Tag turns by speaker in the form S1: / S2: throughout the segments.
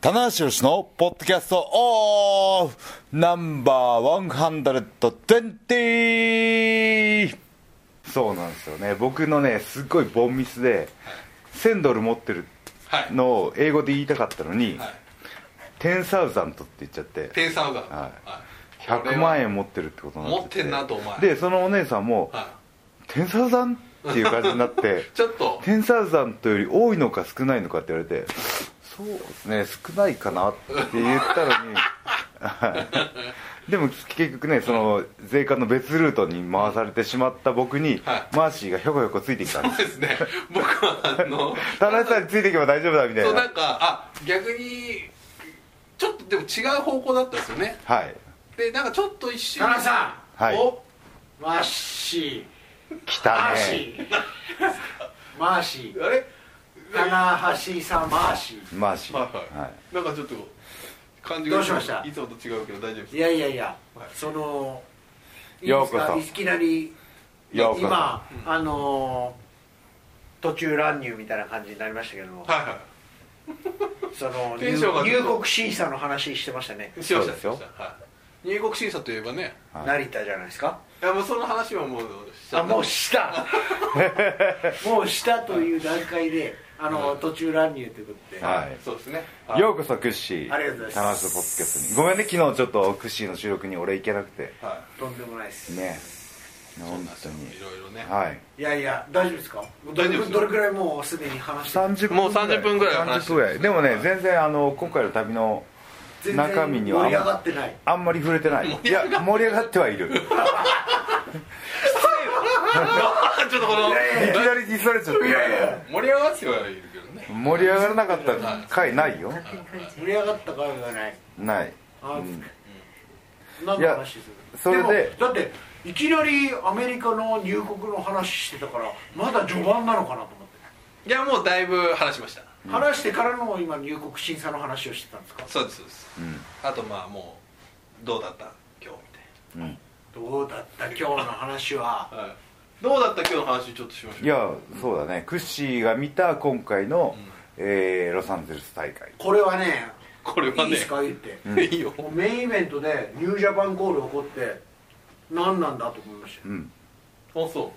S1: 棚橋宏のポッドキャストオフナンバー120そうなんですよね僕のねすっごいボンミスで1000ドル持ってる
S2: はい
S1: のを英語で言いたかったのに、
S2: はい
S1: テンサウザントって言っちゃって
S2: 店員さんが、
S1: はい
S2: いこれ
S1: 100
S2: は
S1: 万円持ってるってことになって
S2: 持ってんなとお前
S1: でそのお姉さんも
S2: は
S1: 「天才さん?」っていう感じにな って
S2: いちょっと
S1: 天才さんとより多いのか少ないのかって言われてそうですね少ないかなって言ったのにはいでも結局ねその税関の別ルートに回されてしまった僕に、
S2: は
S1: マーシーがひょこひょこついてきたんで
S2: そう
S1: す
S2: ですね 僕はあの
S1: 田中さんについていけば大丈夫だみた
S2: そ
S1: いうな
S2: なんかあ逆にちょっとでも違う方向だったんですよね
S1: はい
S2: でなんかちょっと一瞬
S3: 田中さん、
S1: はい
S3: おマッシ
S1: 来
S3: ー、
S1: た
S3: マー
S1: ね
S3: シー、マーシー、
S2: あれ
S3: 棚橋さん、マーシ
S1: マーシー
S2: はいはい、
S1: はい
S2: なんかちょっと感じが
S3: どうしました
S2: いつもと違うけど大丈夫です
S3: ー。いやいやいや
S2: はい、
S3: その、いい
S1: よ
S3: で
S1: う
S3: す
S1: こそ
S3: か、いきなり、
S1: ようこそ
S3: 今、あのー、途中乱入みたいな感じになりましたけども、
S2: はいは
S3: その
S2: テンションが
S3: 入入国審査の話してましたね、
S2: いしました
S1: そうですよ
S2: しましたはい、入国審査といえばね
S1: はい
S3: 成田じゃないですか。
S2: いやもうその話はもうしちゃ
S3: あ
S2: った
S3: もうした もうしたという段階であの、途中乱入ということで、
S1: はい
S2: そうですね
S1: ようこそクッシー
S3: ありがとうございます
S1: 田中ポッドキャストにごめんね昨日ちょっとクッシーの収録に俺行けなくて
S2: は
S3: とんでもないです、
S1: ね
S2: いそうなん
S1: 本
S2: です
S1: 当
S2: よ
S1: に
S2: いろいろね
S1: はい
S3: いやいや大丈夫ですかど
S2: 大
S3: れ
S2: 丈夫です
S3: どれくらいもうすでに話して
S1: 30
S2: もう30分ぐらいは話し
S1: 30
S2: て
S1: 分
S2: る
S1: ぐらいでもね全然あの今回の旅の
S3: 全然
S1: 中身にはあ
S3: 盛
S1: ん
S3: り上がってない
S1: あんまり触れてないいや盛り上がってはい るい
S2: あちょっとこの
S1: きなりディスられちゃっ
S2: 盛り上がってはいるけどね
S1: て盛り上がらなかった回ないよ
S3: 盛り上がった感がない
S1: ない
S3: あ、
S1: ん
S3: 何
S1: い
S3: の
S1: や
S3: 話する
S1: それで
S3: もだっていきなりアメリカの入国の話してたからまだ序盤なのかなと思って
S2: いやもうだいぶ話しました
S3: 話してからの今入国審査の話をしてたんですか
S2: そうですそうです、あとまあもうどうだった今日みた
S3: どうだった今日の話はい
S2: な、はい、どうだった今日の話ちょっとしましょう
S1: いやそうだねクッシーが見た今回のえーロサンゼルス大会
S3: これはね
S2: これはね
S3: いいですか言って、
S2: いいよ
S3: もうメインイベントでニュージャパンコール起こって何なんだと思いまし
S1: うん
S2: あそ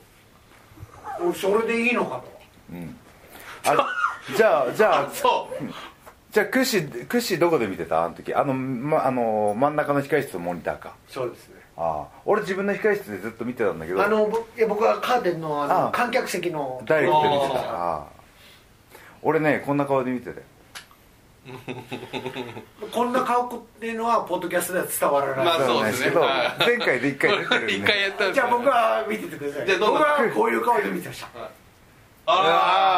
S3: たよ俺それでいいのか
S1: あじゃあじゃあ
S2: うそう
S1: じゃあクッシークッシーどこで見てたあの時あの,、ま、あの真ん中の控え室のモニターか
S3: とそうですね
S1: ああ俺自分の控え室でずっと見てたんだけど
S3: あのぼいや僕はカーテンのあの
S1: ああ
S3: 観客席の
S1: ダイレクトに見てた
S2: あー
S1: ああ俺ねこんな顔で見てたよ
S3: こんな顔っていうのはポッドキャストでは伝わらない、
S2: まあ
S1: だから
S2: そうですねはい
S1: 前回で一回出てるんで
S2: 一回やったんです
S3: じゃあ僕は見ててください
S2: じゃあどうぞ
S3: 僕はこういう顔で見てました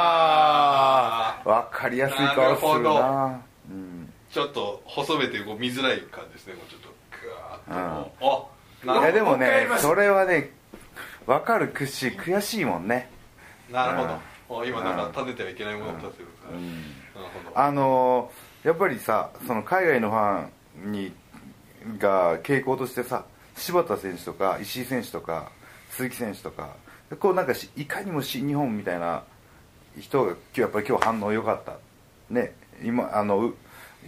S2: ああ
S1: わかりやすい顔するな
S2: な
S1: うん
S2: ちょっと細めてこう見づらい感じですねもうちょっとグワーッとこう、
S1: い
S2: あな
S1: や
S2: る
S1: でも
S3: もう一回や
S1: ね
S3: ります
S1: それはねわかるくし悔しいもんね
S2: なるほど、あ今なんか立ててはいけないものを立ててるから、
S1: うん
S2: なるほど
S1: あのーやっぱりさその海外のファンにが傾向としてさ柴田選手とか石井選手とか鈴木選手とかこうなんかしいかにも新日本みたいな人が今日やっぱり今日反応良かったね今あのう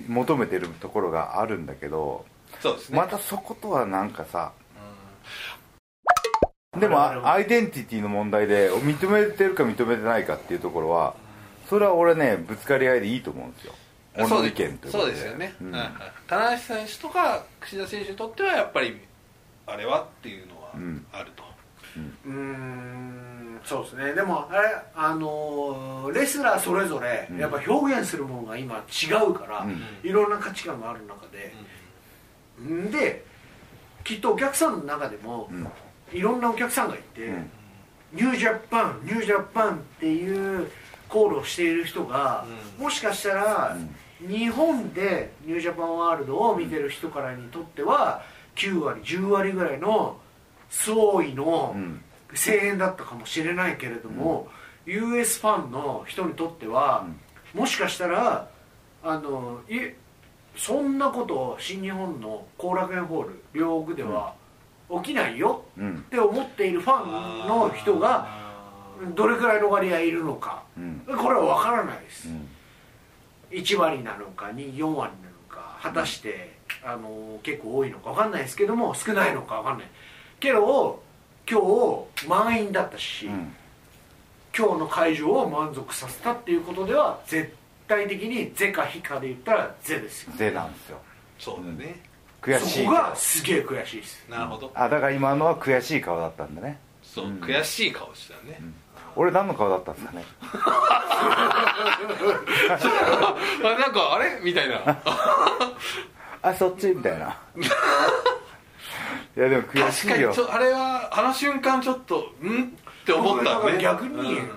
S1: 求めてるところがあるんだけど
S2: そうですね、
S1: またそことはなんかさ
S2: う
S1: でも
S3: なるほど
S1: あアイデンティティの問題で認めてるか認めてないかっていうところはそれは俺ねぶつかり合いでいいと思うんですよ
S2: ん
S1: 俺
S2: そう
S1: の
S2: で
S1: 意見ということで
S2: そうですよね、
S1: うん
S2: はいはい棚橋選手とか櫛田選手にとってはやっぱりあれはっていうのは
S1: うん
S2: あると、
S3: うーんそうですねでもあれあのーレスラーそれぞれ
S1: うん
S3: やっぱ表現するものが今違うから、
S1: うん
S3: いろんな価値観がある中で、ん、できっとお客さんの中でも、
S1: うん
S3: いろんなお客さんがいて、
S1: うん
S3: ニュージャパンニュージャパンっていうコールをしている人が、
S2: うん
S3: もしかしたら、日本でニュージャパンワールドを見てる人からにとっては9割10割ぐらいの総意の、
S1: うん
S3: 声援だったかもしれないけれども、US ファンの人にとっては、もしかしたらあのいそんなこと新日本の後楽園ホール両国では起きないよ
S1: うん
S3: って思っているファンの人が
S2: あ
S3: どれくらいの割合いるのか
S1: うん
S3: これは分からないです、
S1: うん
S3: 1割なのか2 4割なのか果たして、あの結構多いのか分かんないですけども少ないのか分かんないけど今日満員だったし、
S1: うん
S3: 今日の会場を満足させたっていうことでは絶対的に「是か非か」で言ったら「是」ですよ
S1: でなんですよ
S2: そうだね、
S1: 悔しい
S3: そこがすげえ悔しいです
S2: なるほど
S1: あだから今のは悔しい顔だったんだね
S2: そう、
S1: うん
S2: 悔しい顔してたね、
S1: 俺何の顔だったんですかね
S2: あなんかあれみたいな
S1: あそっちみたいないやでも悔し
S2: 確か
S1: い
S2: に
S1: よ
S2: ちょあれはあの瞬間ちょっとんって思った
S3: 僕なん
S2: ね
S3: か逆に
S2: うん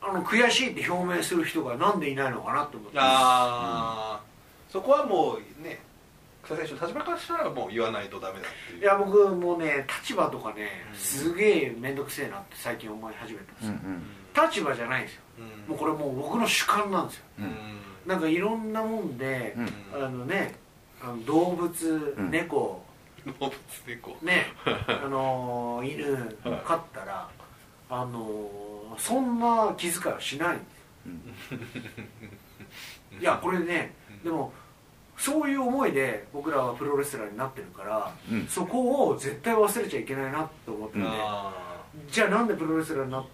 S3: あの悔しいって表明する人がなんでいないのかなと思って
S2: ああ、そこはもうね草選手の立場からしたらもう言わないとダメだっていう
S3: いや僕もうね立場とかねすげえ面倒くせえなって最近思い始めたんで
S1: う
S3: す
S1: んう
S3: よ、
S1: ん
S3: 立場じゃないんですよ
S2: うん
S3: もうこれもう僕の主観なんですよ
S2: うん
S3: なんかいろんなもんで、
S1: うん
S3: あのねあの動物、
S1: うん
S3: 猫
S2: 動物猫
S3: ねあのー犬飼ったらあのーそんな気遣いはしないんですよいやこれねでもそういう思いで僕らはプロレスラーになってるから、
S1: うん
S3: そこを絶対忘れちゃいけないなと思ってて、
S2: あ
S3: じゃあなんでプロレスラーになっ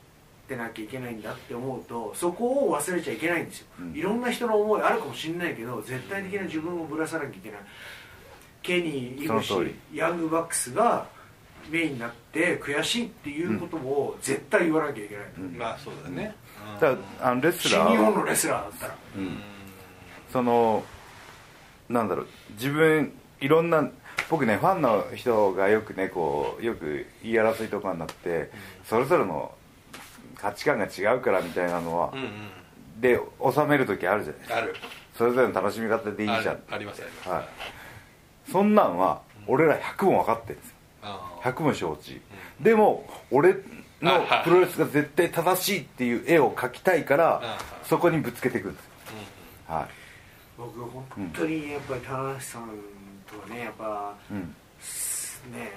S3: てなきゃいけないんだって思うとそこを忘れちゃいけないんですよ、
S1: うん
S3: いろんな人の思いあるかもしれないけど絶対的な自分をぶらさなきゃいけないケニー・イブシ
S1: その通
S3: ヤングバックスがメインになって悔しいっていうことを絶対言わなきゃいけない、
S1: う
S2: ー
S1: ん
S2: まあそうだねうん
S1: だからあのレス
S3: 新
S1: ラ
S3: 日
S1: ー
S3: 本
S1: は
S3: のレスラーだったら
S1: うんそのなんだろう自分いろんな僕ねファンの人がよくねこうよく言い争いとかになってそれぞれの価値観が違うからみたいなのは
S2: うんうん
S1: で収める時あるじゃない
S2: ある
S1: それぞれの楽しみ方でいいじゃん
S2: あありますあります
S1: はいそんなんは俺ら100も分かってるんですよ
S2: あー
S1: 100も承知でも俺の
S2: あはい
S1: プロレスが絶対正しいっていう絵を描きたいから
S2: あ
S1: そこにぶつけていくんですよはい
S3: 僕本当にやっぱり田中さんとはねやっぱ
S1: うん
S3: ね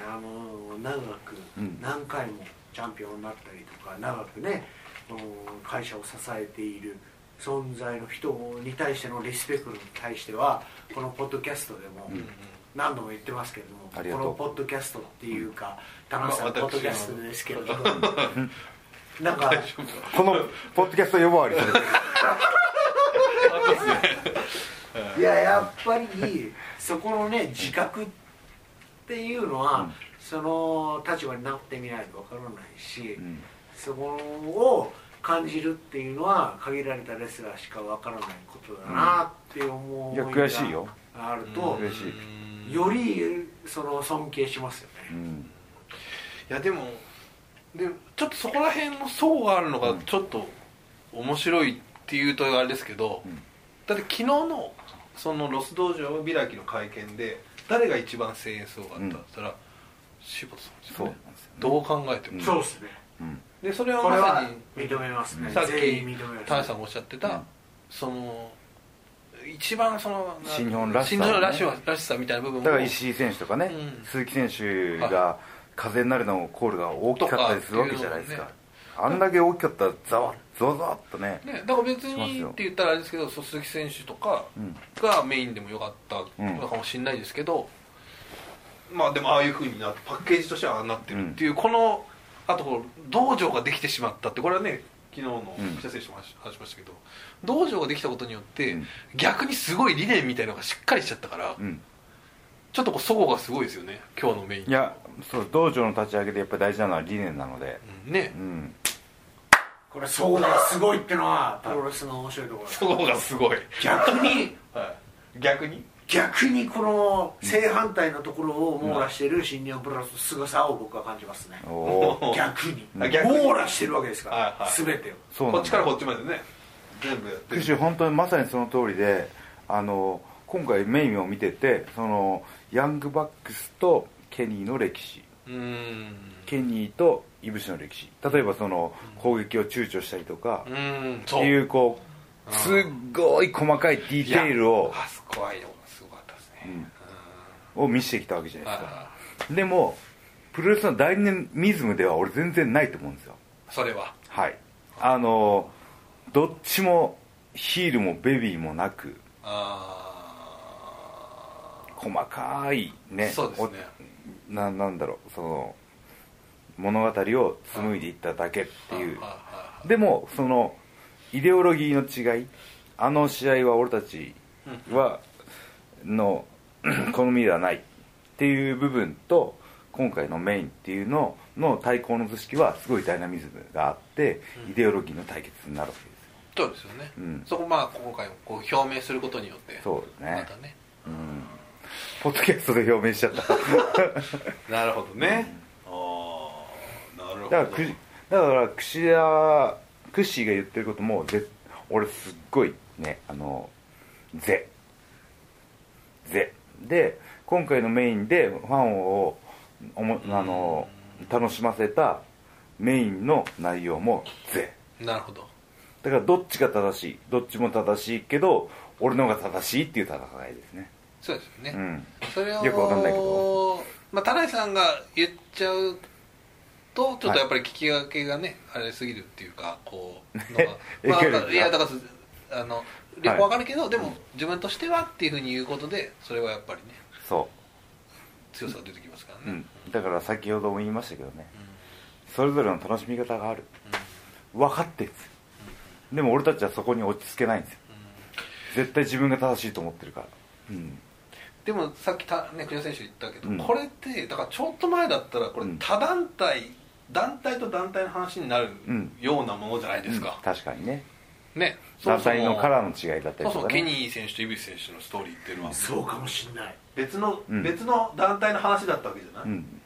S3: あの長く
S1: うん
S3: 何回もチャンピオンになったりとか長くねこの会社を支えている存在の人に対してのリスペクトに対してはこのポッドキャストでも
S2: うんうん
S3: 何度も言ってますけれども、
S1: ありが
S3: ことの
S1: う
S3: ポッドキャストっていうか田中さんの
S2: まあ私
S3: ポッドキャストですけれどもなんか
S1: このポッドキャスト呼ばわりする
S3: いややっぱりそこのね自覚っていうのは、その立場になってみないとわからないし、
S1: うん
S3: そこを感じるっていうのは限られたレスラーしかわからないことだなって思う
S1: いや悔しいよ
S3: あると
S1: うん、嬉しい
S2: うん
S3: よりその尊敬しますよ
S1: う
S3: ね、
S1: ん
S2: いやでもでちょっとそこら辺の層があるのがちょっと面白いっていうとあれですけど、
S1: うん
S2: だって昨日のそのロス道場開きの会見で誰が一番声援すごかったっつったら、柴田さんです
S1: そ
S2: よ
S1: う
S2: ね
S1: なんですよね
S2: どう考えても、
S1: うん
S3: そうですね
S1: うん
S2: でそれは
S3: これ
S2: まさ
S3: は
S2: に
S3: 認めますね
S1: うん
S2: さっき
S3: 全員認めます
S2: 田中さんがおっしゃってた、
S1: うん
S2: その一番その
S1: 新日本らしさ
S2: 新日本らしさらしさみたいな部分を
S1: だから石井選手とかね
S2: うん
S1: 鈴木選手
S2: は
S1: が風になるのコールが大きかったりするわけじゃないです
S2: と
S1: か
S2: かっ
S1: あんだけ大きかったらざわざわざわっとね
S2: ね、だから別
S1: します
S2: に
S1: よ
S2: って言ったらあれですけどそう鈴木選手とか
S1: うん
S2: がメインでもよかった
S1: うん
S2: のかもしれないですけど、まあでもああいうふうになってパッケージとしてはああなってるっていう、このあとこう道場ができてしまったってこれはね昨日の
S1: うん
S2: 記者選手も話し話しましたけど道場ができたことによって、
S1: うん
S2: 逆にすごい理念みたいなのがしっかりしちゃったから、
S1: うん
S2: ちょっとこうそごがすごいですよね今日のメイン
S1: いやそう道場の立ち上げでやっぱり大事なのは理念なので
S2: うんね
S1: うん
S3: これそうだすごいってのはプロレスの面白いところ
S2: そごがすごい、
S3: だ逆に
S2: はい、逆に
S3: 逆にこの正反対のところを網羅している新日本プロレスの凄さを僕は感じますね
S1: おおー
S2: うん
S3: 逆に
S2: あ逆に
S3: 網羅してるわけですか
S2: はいは
S3: ら
S2: い
S3: 全てを
S1: そう
S2: こ
S1: な
S2: っ
S1: ん
S2: ち
S1: だ
S2: からこっちまでね全部やって
S1: 福士本当にまさにその通りであの今回メインを見ててそのヤングバックスとケニーの歴史
S2: うーん
S1: ケニーとイブシの歴史例えばその攻撃を躊躇したりとか
S2: う、ー
S1: っ
S2: んそ
S1: て
S2: う
S1: いうこうすっごい細かいディテール
S2: いや
S1: を
S2: あそこはいいのがすごかったですね、
S1: うん
S2: うん
S1: を見せてきたわけじゃないですか
S2: あ
S1: でもプロレスのダイナミズムでは俺全然ないと思うんですよ
S2: あそれは
S1: はいあのどっちもヒールもベビーもなく
S2: あ
S1: 細かいね
S2: あそうですね
S1: おななんだろうその物語を紡いでいっただけっていう
S2: はいはい
S1: でもそのイデオロギーの違いあの試合は俺たちはの 好みではないっていう部分と今回のメインっていうのの対抗の図式はすごいダイナミズムがあってイデオロギーの対決になるわけですよ
S2: そうですよね、
S1: うん
S2: そこまあ今回こう表明することによって
S1: そうですね
S2: またね
S1: うんポッドキャストで表明しちゃっただか
S2: なるほどね、ああなるほど
S1: らくじだからクシアクッシーが言ってることもぜ俺すっごいねあの「ぜ」「ぜ」で今回のメインでファンをおもあの楽しませたメインの内容も「ぜ」
S2: なるほど
S1: だからどっちが正しいどっちも正しいけど俺のが正しいっていう戦いですね
S2: そうですよね、
S1: うん
S2: それを
S1: よくわかんないけど
S2: まあ、田内さんが言っちゃうとちょっとやっぱり聞き分けがね、あれすぎるっていうかこ うのが
S1: え
S2: まあ
S1: いける
S2: だからいやだからあの両方わかるけど、でも自分としてはっていうふうに言うことでそれはやっぱりね
S1: そ
S2: 強さが出てきますからね
S1: う、うん、だから先ほども言いましたけどねそれぞれの楽しみ方がある分かってるんですよでも俺たちはそこに落ち着けないんですよ
S2: うんうん
S1: 絶対自分が正しいと思ってるからうん
S2: でもさっきた、ね、国枝選手言ったけど、
S1: うん
S2: これってだからちょっと前だったらこれ
S1: うん
S2: 他団体、団体と団体の話になる
S1: うん
S2: ようなものじゃないですか、
S1: うん確かにね
S2: ね
S1: 団体のカラーの違いだった
S2: そ
S1: りと
S2: うそう
S1: か
S2: ケニ
S1: ね
S2: ー選手とイブシ選手のストーリーっていうのは
S3: そうかもしんない
S2: 別の、
S1: うん
S2: 別の団体の話だったわけじゃない、
S1: うん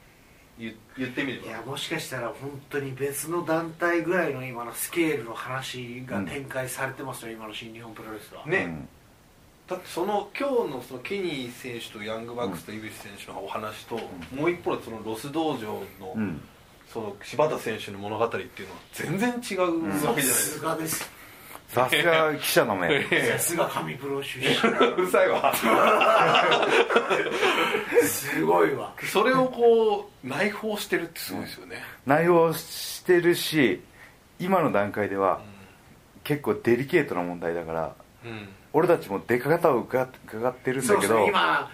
S2: 言言ってみれば
S3: いやもしかしたら本当に別の団体ぐらいの今のスケールの話が展開されてますよ、今の新日本プロレスは、
S2: ね
S1: うん
S2: だってその今日のそのケニー選手とヤングバックスとイブシ選手のお話と、もう一方でそのロス道場の,、
S1: うん
S2: その柴田選手の物語っていうのは全然違うわけじゃない
S3: さ
S2: です
S3: す
S2: か、
S3: がです
S1: さすが記者の目
S3: さすが神プロ 出
S2: うるさいわ
S3: 身すごいわ
S2: それをこう内包してるってすごいですよね、
S1: 内容してるし今の段階では結構デリケートな問題だから
S2: うんうん
S1: 俺たちも出か方を伺って伺ってるん
S3: そ
S1: だ
S3: う
S1: け
S3: です
S1: ど
S3: ね今、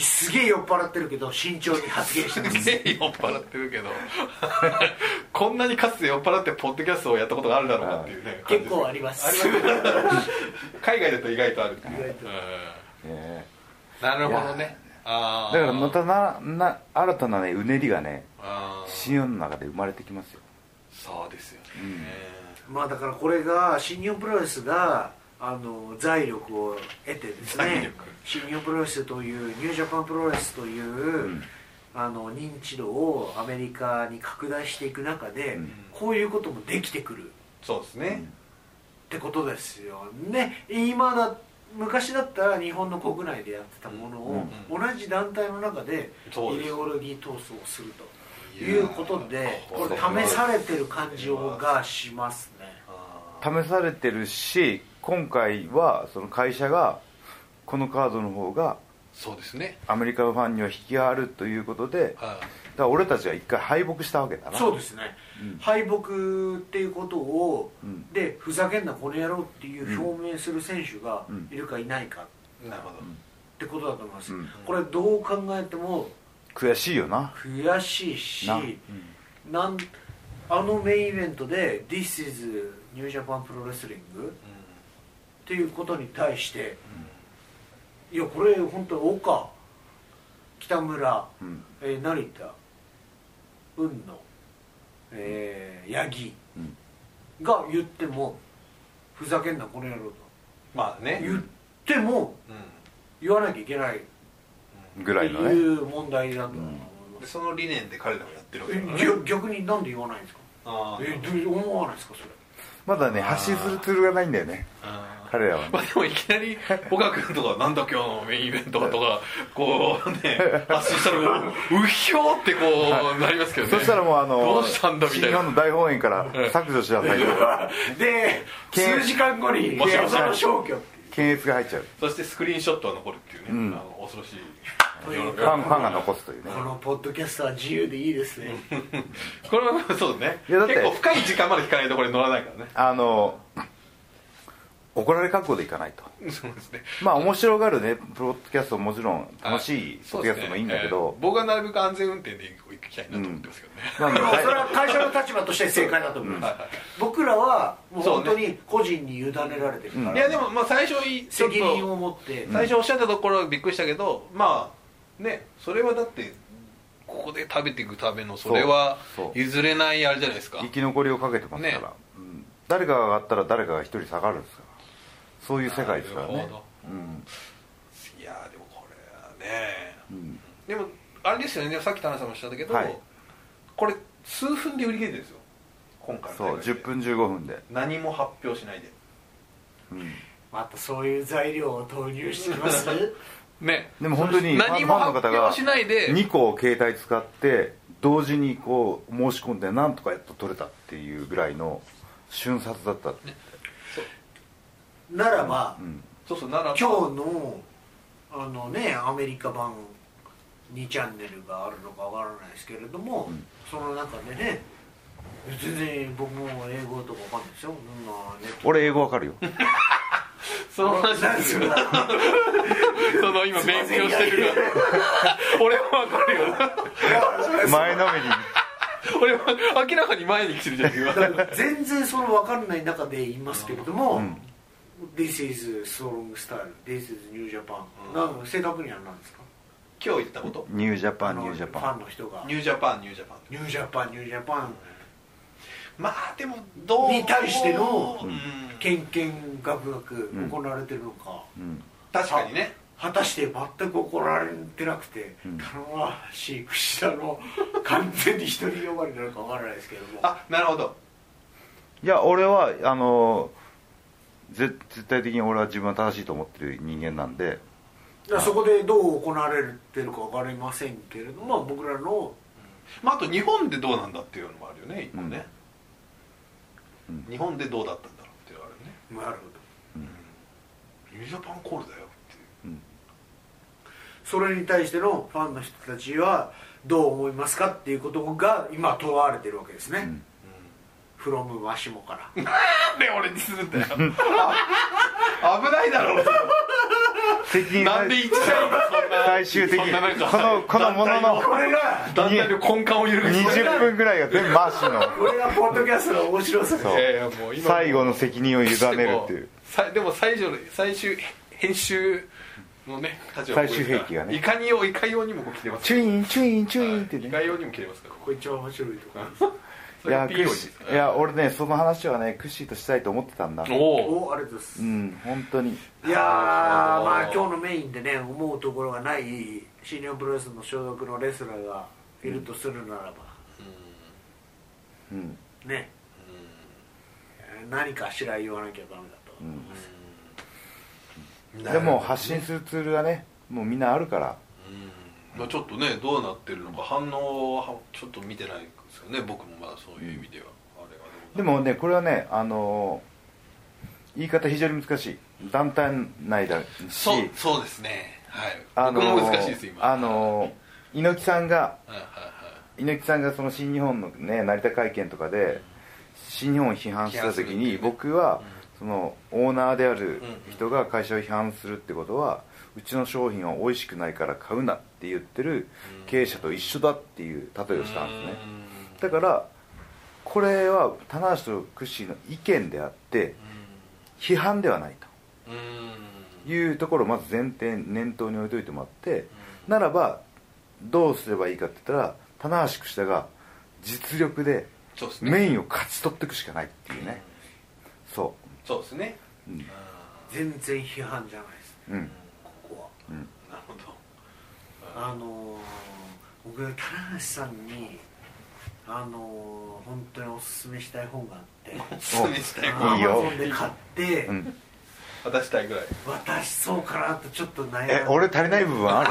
S3: すげえ酔っ払ってるけど慎重に発言してます
S2: すげえ 酔っ払ってるけど こんなにかつて酔っ払ってポッドキャストをやったことがあるだろうかっていうね
S3: 結構あります
S2: あります海外だと意外とあるっていう
S3: 意外と
S2: うん
S1: ね
S2: なるほどねあ
S1: だ
S2: あ
S1: からまたなな新たなねうねりがね
S2: あー
S1: 新世の中で生まれてきますよ
S2: そうですよね、
S3: まあだからこれが新日本プロレスがあの財力を得てです
S2: 財
S3: ね
S2: 力
S3: 新日本プロレスというニュージャパンプロレスという、
S1: ん
S3: あの認知度をアメリカに拡大していく中で、
S1: うん
S3: こういうこともできてくるっ
S2: そうですね、
S3: てことですよね今だ昔だったら日本の国内でやってたものを、
S2: うん
S3: 同じ団体の中で
S2: そうで
S3: イ
S2: す
S3: デオロギー闘争をすると
S2: やー
S3: いうことでこれ試されてる感じをがしますね
S2: あー
S1: 試されてるし今回はその会社がこのカードの方が
S2: そうですね
S1: アメリカのファンには引きがあるということでだか
S2: あ
S1: ら俺たちは一回敗北したわけだな
S3: そうですね、
S1: うん
S3: 敗北っていうことを、
S1: うん
S3: でふざけんなこの野郎っていう表明する選手が
S1: うん
S3: いるかいないかっ
S2: ーなるほど、
S3: てことだと思います、
S1: うん
S3: これどう考えても
S1: 悔しいよな
S3: 悔しいし
S1: な
S3: な
S1: うん
S3: んあのメインイベントで「This is New Japan Pro Wrestling」っていうことに対して、いやこれ本当岡北村、
S1: うん
S3: えー成田雲野、えー八木
S1: うん
S3: が言ってもふざけんなこの野郎と
S2: まあね
S3: 言っても
S2: う
S3: 言わなきゃいけないっ
S1: ぐ
S3: て
S1: らいのね
S3: いう問題だと思い
S2: ん
S3: ま、
S2: ですその理念で彼らもやってるわけだから、
S3: え
S2: ね、
S3: 逆逆になんで言わないんですか
S2: あー
S3: えどう思わないですかそれ
S1: まだね発信するツールがないんだよね
S2: あー
S1: 彼らは
S2: まあ
S1: ね
S2: でもいきなり岡君とかなんだ今日のメインイベントはとかこうね発信したらもううひょーってこうなりますけどね
S1: そしたらもうあ
S2: ど
S1: の
S2: うしたんだみ
S1: 新
S2: た
S1: 日
S2: い
S1: 本
S2: な
S1: の大本営から削除しなさいとか
S3: で
S1: け
S3: 数時間後に
S2: もし
S3: 小
S2: もし
S3: 沢消去っていう
S1: 検閲が入っちゃう
S2: そしてスクリーンショットは残るっていうね、
S1: うん
S2: あの恐ろしい
S3: という
S1: ファンファンが残すというね
S3: このポッドキャストは自由でいいですね
S2: これはそうね
S1: いやだって
S2: 結構深い時間まで引かないとこれ乗らないからね
S1: あの怒られ覚悟でいかないと
S2: そうですね
S1: まあ面白がるねプロッドキャストももちろん楽しいポ
S2: そ
S1: ッドキャ
S2: うで
S1: ス
S2: すね
S1: トもいいんだけど
S2: えー、僕はなるべく安全運転で行きたいなと思ってますけどね、
S1: まあ
S3: でもそれ
S1: だ
S3: は会社の立場として正解だと思います、僕らはもう本当に個人に委ねられてるから、
S1: うん
S2: いやでもまあ最初いちょっ
S3: 責
S2: と
S3: 任を持って、
S1: うん
S2: 最初おっしゃったところはびっくりしたけど、まあねそれはだってここで食べていくためのそれは
S1: そうそう
S2: 譲れないあれじゃないですか
S1: 生き残りをかけてますから、
S2: ね
S1: うん誰かが上がったら誰かが一人下がるんですからそういう世界ですから
S2: な
S1: ね
S2: るほど
S1: うん
S2: いやでもこれはね
S1: うん
S2: でもあれですよねでもさっき田中さんもおっしゃったけど、
S1: はい
S2: これ数分で売り切れてるんですよ今回の
S1: そう
S2: 大会で
S1: 10分15分で、
S2: 何も発表しないで
S1: うん
S3: またそういう材料を投入してきます
S2: ね
S1: でも本当にファ
S2: 何
S1: ン
S2: も
S1: ファンの
S2: 発
S1: 方が
S2: 表しないで
S1: 2個を携帯使って同時にこう申し込んでなんとかやっと取れたっていうぐらいの瞬殺だったって、
S3: ならば、
S1: うん
S2: そうそうなら
S3: 今日のあのねアメリカ版2チャンネルがあるのかわからないですけれども、
S1: うん
S3: その中でね全然僕も英語とかわかんないですよ、まあネット
S1: 俺英語わか るよ
S2: その話
S3: なん
S2: で
S3: ですす
S2: よ
S3: よ
S2: その今勉強してるから 俺もわかるよ
S1: 前のめりに
S2: 俺も明らかに前に来てるじゃん今
S3: 全然そのわかんない中で言いますけれども、
S1: うん
S3: This is strong style This is new Japan、
S2: うん
S3: なん正確には何ですか
S2: 今日言ったこと
S1: ニュージャパ
S3: あ
S1: ンニ
S3: の
S1: ュージャ
S3: ファ
S1: パ
S3: ンの人が
S2: ニュージャパンニュージャパン
S3: ニュージャパンニュージャパン
S2: まあでもどう
S3: に対しての
S2: うん
S3: ケンケンガクガク
S1: うん
S3: 行われてるのか、
S1: ン、うん、
S2: 確かにね
S3: 果たして全く怒られてなくて、
S1: うん
S3: 頼ましい串田 の完全に独りよがりなのかわからないですけども
S2: あなるほど
S1: いや俺はあのぜ絶対的に俺は自分は正しいと思ってる人間なんで
S3: だからそこでどう行われてるかわかりませんけれども僕らの
S2: まああと日本でどうなんだっていうのもあるよね一個ね
S1: うん
S2: 日本でどうだったんだろうっていうのがあるよね
S3: なるほど
S2: ニュージャパンコールだよっていう
S3: それに対してのファンの人たちはどう思いますかっていうことが今問われてるわけですね、
S1: ん
S3: フロムワシモ から
S2: なんで俺にするんだよ危ないだろ
S1: 責任
S2: なんで一社員がそんな
S1: 最終的
S2: そん
S1: に
S2: ななんか
S1: このこのものの
S3: これが
S2: 団体の根幹を揺るがす
S1: 20分ぐらいが全部マーシーの
S3: これがポッドキャストの面白さです
S1: そう
S2: いやいやもう今
S1: 最後の責任を委ねるっていう
S2: さでも最初の最終編集のね立場
S1: 最終兵器がね
S2: いかによいかようにもこう来てます
S1: チュインチュインチュインって
S2: い
S1: ね
S2: かようにも来てますからこ
S3: これ一番面白いところです
S2: こ
S1: いや
S2: それ
S1: ク
S2: PO
S1: ッシ
S2: です
S1: いや俺ねその話はねクッシーとしたいと思ってたんだう
S2: おお
S3: おありがとうございます、
S1: ん本当に
S3: いやーまあ
S2: なるほど
S3: 今日のメインでね思うところがない新日本プロレスの所属のレスラーがいるとするならば、
S1: うん
S3: ね何かしら言わなきゃダメだと、
S1: うん
S2: で
S1: でも発信するツールがねもうみんなあるから
S2: まあちょっとねどうなってるのか反応はちょっと見てないですよね僕もまだそういう意味ではあれはどう
S1: でもねこれはねあのー言い方非常に難しい団体内だし
S2: そうそうですねはい
S1: あの
S2: 僕
S1: ー
S2: も難しいです今
S1: あのー猪木さんが
S2: はいはいはい
S1: 猪木さんがその新日本の、ね、成田会見とかで新日本を批判してた時に
S2: 批判するっていうね
S1: 僕はそのオーナーである
S2: うん
S1: 人が会社を批判するってことはうちの商品は美味しくないから買うなって言ってる
S2: うん
S1: 経営者と一緒だっていう例えをしたんですね
S2: うん
S1: だからこれは棚橋とクッシーの意見であって批判ではない
S2: うんうん
S1: というところをまず前提念頭に置いといてもらってならばどうすればいいかって言ったら棚橋櫛田が実力で
S2: そうですね
S1: メインを勝ち取っていくしかないっていうねそ
S2: そうですね
S1: ううん
S3: 全然批判じゃないです
S1: うん
S3: ここ
S1: うん
S2: なるほど
S3: はあのー、僕棚橋さんにあのー、本当におすすめしたい本があって
S2: おすすめしたい
S1: お
S2: こ の
S1: いいよ
S3: Amazon で買って、
S1: うん
S2: 渡したいぐらい
S3: 渡しそうかなとちょっと悩んで
S1: え俺足りない部分ある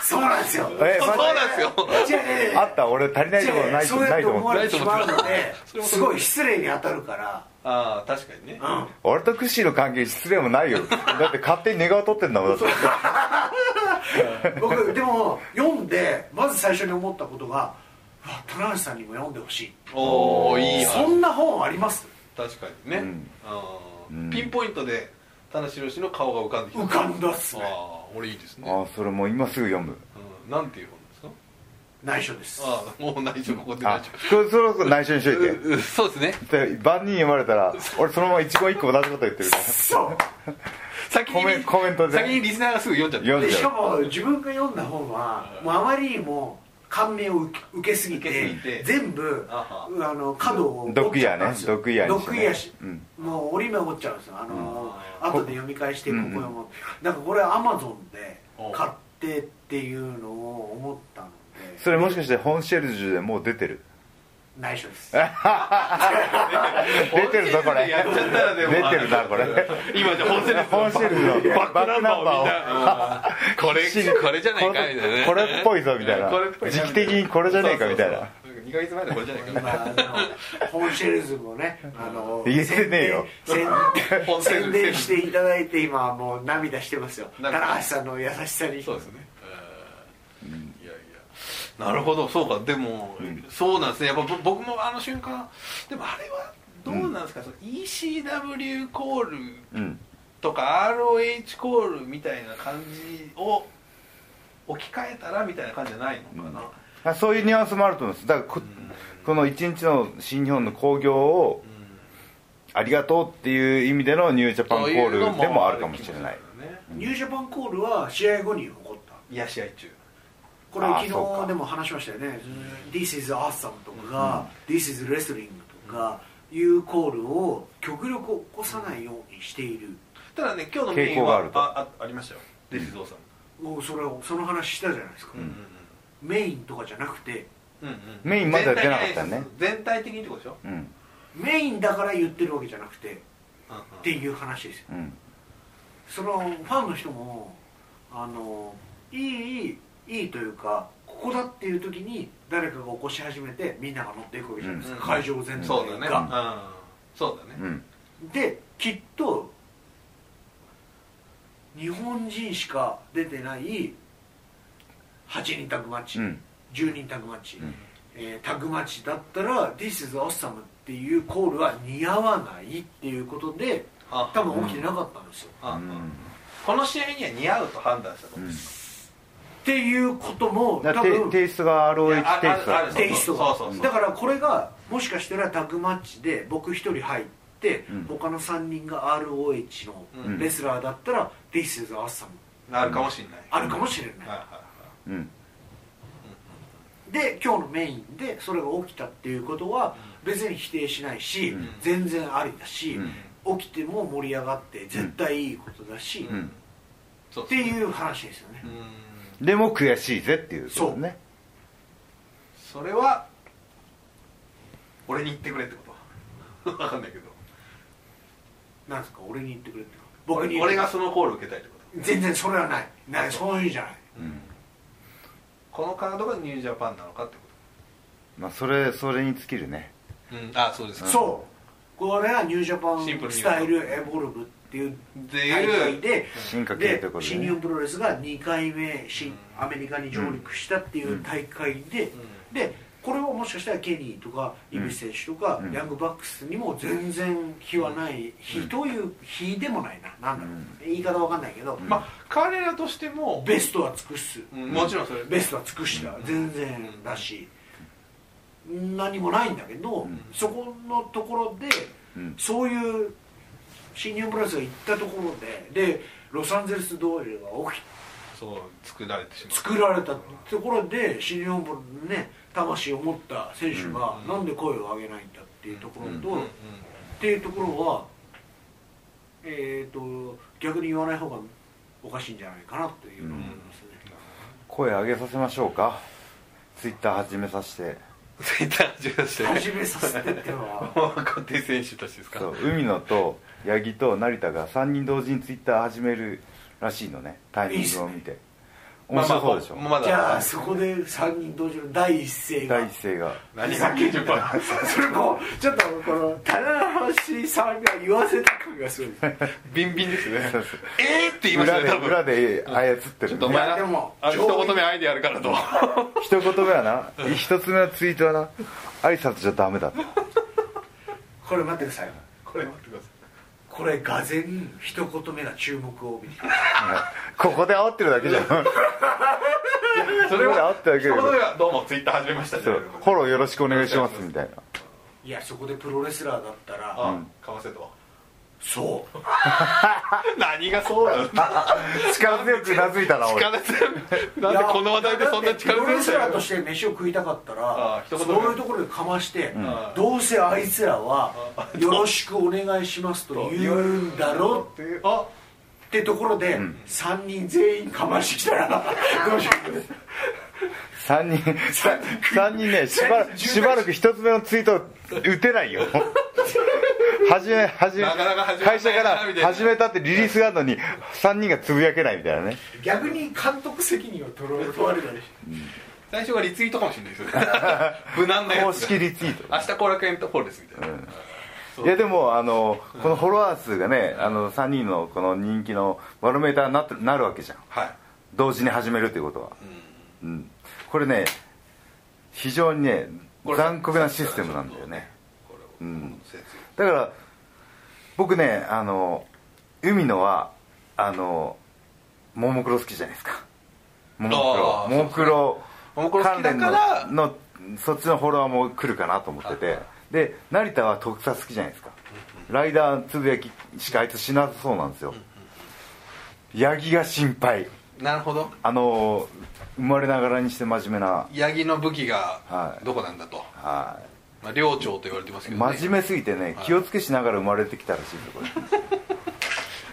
S3: そうなんですよ
S1: え
S2: そう
S1: マ
S2: そうなんですよ
S3: 違う違う違う
S1: あった俺足りないところないと
S3: そう
S1: な
S3: や
S1: い
S3: と
S1: と
S3: 思
S1: 思っ
S3: わ
S1: て
S3: れてしまうの で
S2: それも
S3: すごい失礼に当たるから
S2: ああ確かにね
S3: うん
S1: 俺とクッシーの関係失礼もないよだって勝手に寝顔取ってんだもんだって
S3: 僕でも読んでまず最初に思ったことがうわ棚橋さんにも読んでほしい
S2: おおいい
S3: そ
S2: 話
S3: んな本あります
S2: 確かにね
S1: うん
S2: あ
S1: うん
S2: ピンポイントで田中宏の顔が浮かんできた
S3: 浮かんだっすね
S2: ああ俺いいですね、
S1: ああそれもう今すぐ読む
S2: うん、なんていう本ですか
S3: 内緒です
S2: ああもう内緒ここで
S1: あ
S2: 内緒
S1: そそろそろ内緒にしといて
S2: ううそうですね
S1: で万人読まれたら俺そのまま一言一句同じこと言ってるか
S3: そう
S2: 先に
S1: コメンコメントで
S2: 先にリスナーがすぐ読んじゃっ
S1: 読
S2: た
S1: ん
S3: で
S1: じゃう
S3: しかも自分が読んだ本はもうあまりにも感銘を受け受けすぎて
S2: 受けすぎて
S3: 全部
S2: あ
S3: あの角を
S1: らドッグイヤー
S3: 折っちゃったん
S1: ね
S3: ですよ
S1: ドッグイヤーに
S3: ドッグイヤーし、
S1: うん
S3: もう折り目折っちゃうんですよあの、
S2: うん
S3: 後で読み返して
S1: う
S3: こ
S1: ん
S3: こ
S1: うん
S3: 読もう、なんかこれアマゾンで買ってっていうのを思ったので
S1: それもしかして本シェルジュでもう出てる
S3: 内緒です
S1: 出てるぞこれ
S2: やっちゃったらでも
S1: 出てるなこれ
S2: 今じゃ本セル
S1: 本シェルジュの
S2: バックナンバーをみんなうんこれ これじゃないかみたいなね
S1: これっぽいぞみたいな
S2: これっぽい
S1: 時期的にこれじゃねえかみたいな
S2: 2ヶ月前でこれじゃないか
S3: まああの本シェルズもねあの
S1: 言えてねえよ
S3: 宣
S2: 本
S3: 伝
S2: シェルズ
S3: 宣伝していただいて今はもう涙してますよ
S2: な
S3: 高
S2: んか
S3: 橋さんの優しさに
S2: そうですねいやいやなるほどそうかでも、そうなんですねやっぱぼ僕もあの瞬間でもあれはどうなんですか、その ECW コール
S1: うん
S2: とか ROH コールみたいな感じを置き換えたらみたいな感じじゃないのかな、
S1: あそういうニュアンスもあると思いますだからここの一日の新日本の興行を
S2: うん
S1: ありがとうっていう意味でのニュージャパンコールでもあるかもしれない
S3: ニュージャパンコールは試合後に起こった
S2: いや試合中
S3: これ
S1: ああそう
S3: 昨
S1: か
S3: 日でも話しましたよね「This is awesome」とか「This is wrestling」とかいうコールを極力起こさないようにしている
S2: ただね今日のメイ
S1: 傾
S2: ン
S1: 向があ
S2: は
S1: ると
S2: ああありましたよデスゾーさん
S3: もうそれをその話したじゃないですか、
S1: ん
S3: メインとかじゃなくて
S2: うんうん
S1: メインまでは出なかったね
S2: 全体的にってことでしょ
S1: うん
S3: メインだから言ってるわけじゃなくてって
S2: で
S3: いう話ですよ
S1: うん
S3: そのファンの人もあのいいいいというかここだっていう時に誰かが起こし始めてみんなが乗っていくわけじゃないですか、
S2: うん
S3: 会場全体が、
S2: そうだねうんそうだ
S1: う
S2: ね
S1: ん
S3: できっと日本人しか出てない8人タッグマッチ、
S1: うん
S3: 10人タッグマッチ、
S1: うん
S3: えータッグマッチだったら「This is awesome」っていうコールは似合わないっていうことで
S2: あ
S3: 多分起きてなかったんですよ、
S2: あ
S1: うん
S2: この試合には似合うと判断したと
S1: う
S2: 思うん
S3: っていうことも
S1: だ
S3: 多
S1: からテ
S3: 分
S1: テイストが
S2: いや
S1: ROH
S2: あ
S1: テイストだった
S2: あるある
S3: テイスト
S2: そうそうそう
S3: だからこれがもしかしたらタッグマッチで僕一人入って、
S1: うん
S3: 他の3人が ROH
S2: う
S3: の
S2: ん
S3: レスラーだったら「This is awesome」
S2: あるかもしれない
S3: あるかもしれない、
S2: はいはいは
S1: うん
S3: で今日のメインでそれが起きたっていうことは別に否定しないし、
S1: うん
S3: 全然ありだし、
S2: う
S3: 起きても盛り上がって絶対いいことだし、
S1: う
S2: い
S1: ん
S2: そう
S3: っていう話ですよね、
S2: うん
S1: でも悔しいぜっていうことね
S2: それは俺に言ってくれってこと分かんないけど
S3: なんですか俺に言ってくれって僕に
S2: 俺がそのコールを受けたいってこと
S3: 全然それはないないそういうんじゃない
S2: このカードがニュージャパンなのかってこ
S1: まあそれそれに尽きるね
S2: と、うん、あそうです
S3: そうこれはニュージャパ
S2: シンプル
S3: ン
S2: に言
S3: ス
S2: うと
S3: タイルエボルブっていう
S2: って
S3: 大
S2: いう
S3: 会で
S1: 進化系
S3: で
S1: ということで
S3: 新日
S1: ね
S3: 本プロレスが2回目新
S2: うん
S3: アメリカに上陸したっていう大会で、
S2: うん
S3: でこれはもしかしたらケニーとかイブシ選手とか、
S1: うん
S3: ヤングバックスにも全然日はない日という日でもないななんだろう、言い方わかんないけど、
S2: ま
S3: ま
S2: あ彼らとして
S3: あ
S2: も、
S3: ベストは尽くす
S2: うんもちろんそれ
S3: ベストは尽くした、全然だし、何もないんだけど、
S1: ん
S3: そこのところで、
S1: うん
S3: そういう新日本プロレスが行ったところででロサンゼルスドールが起
S2: そう作られてしま
S3: き
S2: う
S3: 作られたところで新日本プロレスのね魂を持った選手が、
S2: うん
S3: なんで声を上げないんだっていうところと、
S2: うんうん
S3: っていうところはえっ、と逆に言わない方がおかしいんじゃないかなというのを思いますね、
S1: 声上げさせましょうかツイッター始めさせて
S2: ツイッター始めまして
S3: 始めさせてっていうのは
S2: 若手選手たちですか
S1: そう海野と八木と成田が3人同時にツイッター始めるらしいのねタイミングを見て面白そうでしょ、
S2: まあまあまだ
S3: じゃあそこで3人同時の第一声が
S1: 第一声が
S2: 何が90%パ ー
S3: それこうちょっとこの棚橋さんが言わせた感がすごいです
S2: ビンビンですね
S1: そうそう
S2: えーって言いました
S1: 裏
S2: ね
S1: で
S2: 多分
S1: 裏で操って
S2: ちょっ
S1: る、
S2: とお
S1: ね、
S2: 前な
S3: でも
S2: あ一言目アイデアあるからと
S1: 一言目はな一つ目のツイートはな挨拶じゃダメだと
S3: これ待ってください
S2: これ待ってください
S3: これがぜん一言目が注目を見てくる
S1: ここで煽ってるだけじゃん
S2: それは
S1: あったわけだけど
S2: そこではどうもツイッター始めましたね
S1: そうフォローよろしくお願いしますみたいない
S3: やそこでプロレスラーだったら、
S2: あかわせと
S3: そう
S2: 何がそうなの
S1: 力強くうなずいたな俺
S2: 力強いなんでこの話題でそんな
S3: だってプロ
S2: 力
S3: レス
S2: 強
S3: ラ
S2: い
S3: ーとして飯を食いたかった
S2: ああ
S3: ら
S2: 一
S3: そう
S2: 言
S3: い
S2: 目
S3: うところでかまして、
S2: ん
S3: どうせあいつらは「よろしくお願いします」と言うんだろう
S2: てあ
S3: ってところで、3人全員かましてきた らどうしよ
S1: 3人三人ねしば らしばらく一つ目のツイート打てないよ始め始め
S2: なかなか始めないな
S1: 会社から
S2: みたいな
S1: 始めたってリリースがあるのに3人がつぶやけないみたいなね
S3: う逆に監督責任を取ろうとわれたりして
S2: 最初はリツイートかもしれないですよ無難なや
S1: 公
S2: つ
S1: 式リツイート
S2: 明日後楽園とホールですみたいな、そう
S1: いやでもあのこのフォロワー数がねあの3人のこの人気のバロメーターになってなるわけじゃん
S2: はい
S1: 同時に始めるということは、うん、これね非常にね
S2: これ
S1: 残酷なシステムなんだよね
S2: これを
S1: んだから僕ねあの海野はあのももクロ好きじゃないですかももク
S2: あ
S1: ロ
S2: ー
S1: ももクロ
S2: そうですねももクロ好
S1: 関
S2: きだ
S1: 連
S2: か
S1: の
S2: ら
S1: のそっちのフォロワーも来るかなと思って
S2: はい
S1: て
S2: はい
S1: で成田は特撮好きじゃないですかライダーつぶやきしかあいつしなさそうなんですよ八木が心配
S2: なるほど
S1: あの生まれながらにして真面目な
S2: 八木の武器が
S1: はい
S2: どこなんだと、
S1: は
S2: まあ、領長と言われてます
S1: い
S2: けど、ね、
S1: 真面目すぎてね気をつけしながら生まれてきたらしいんでこれ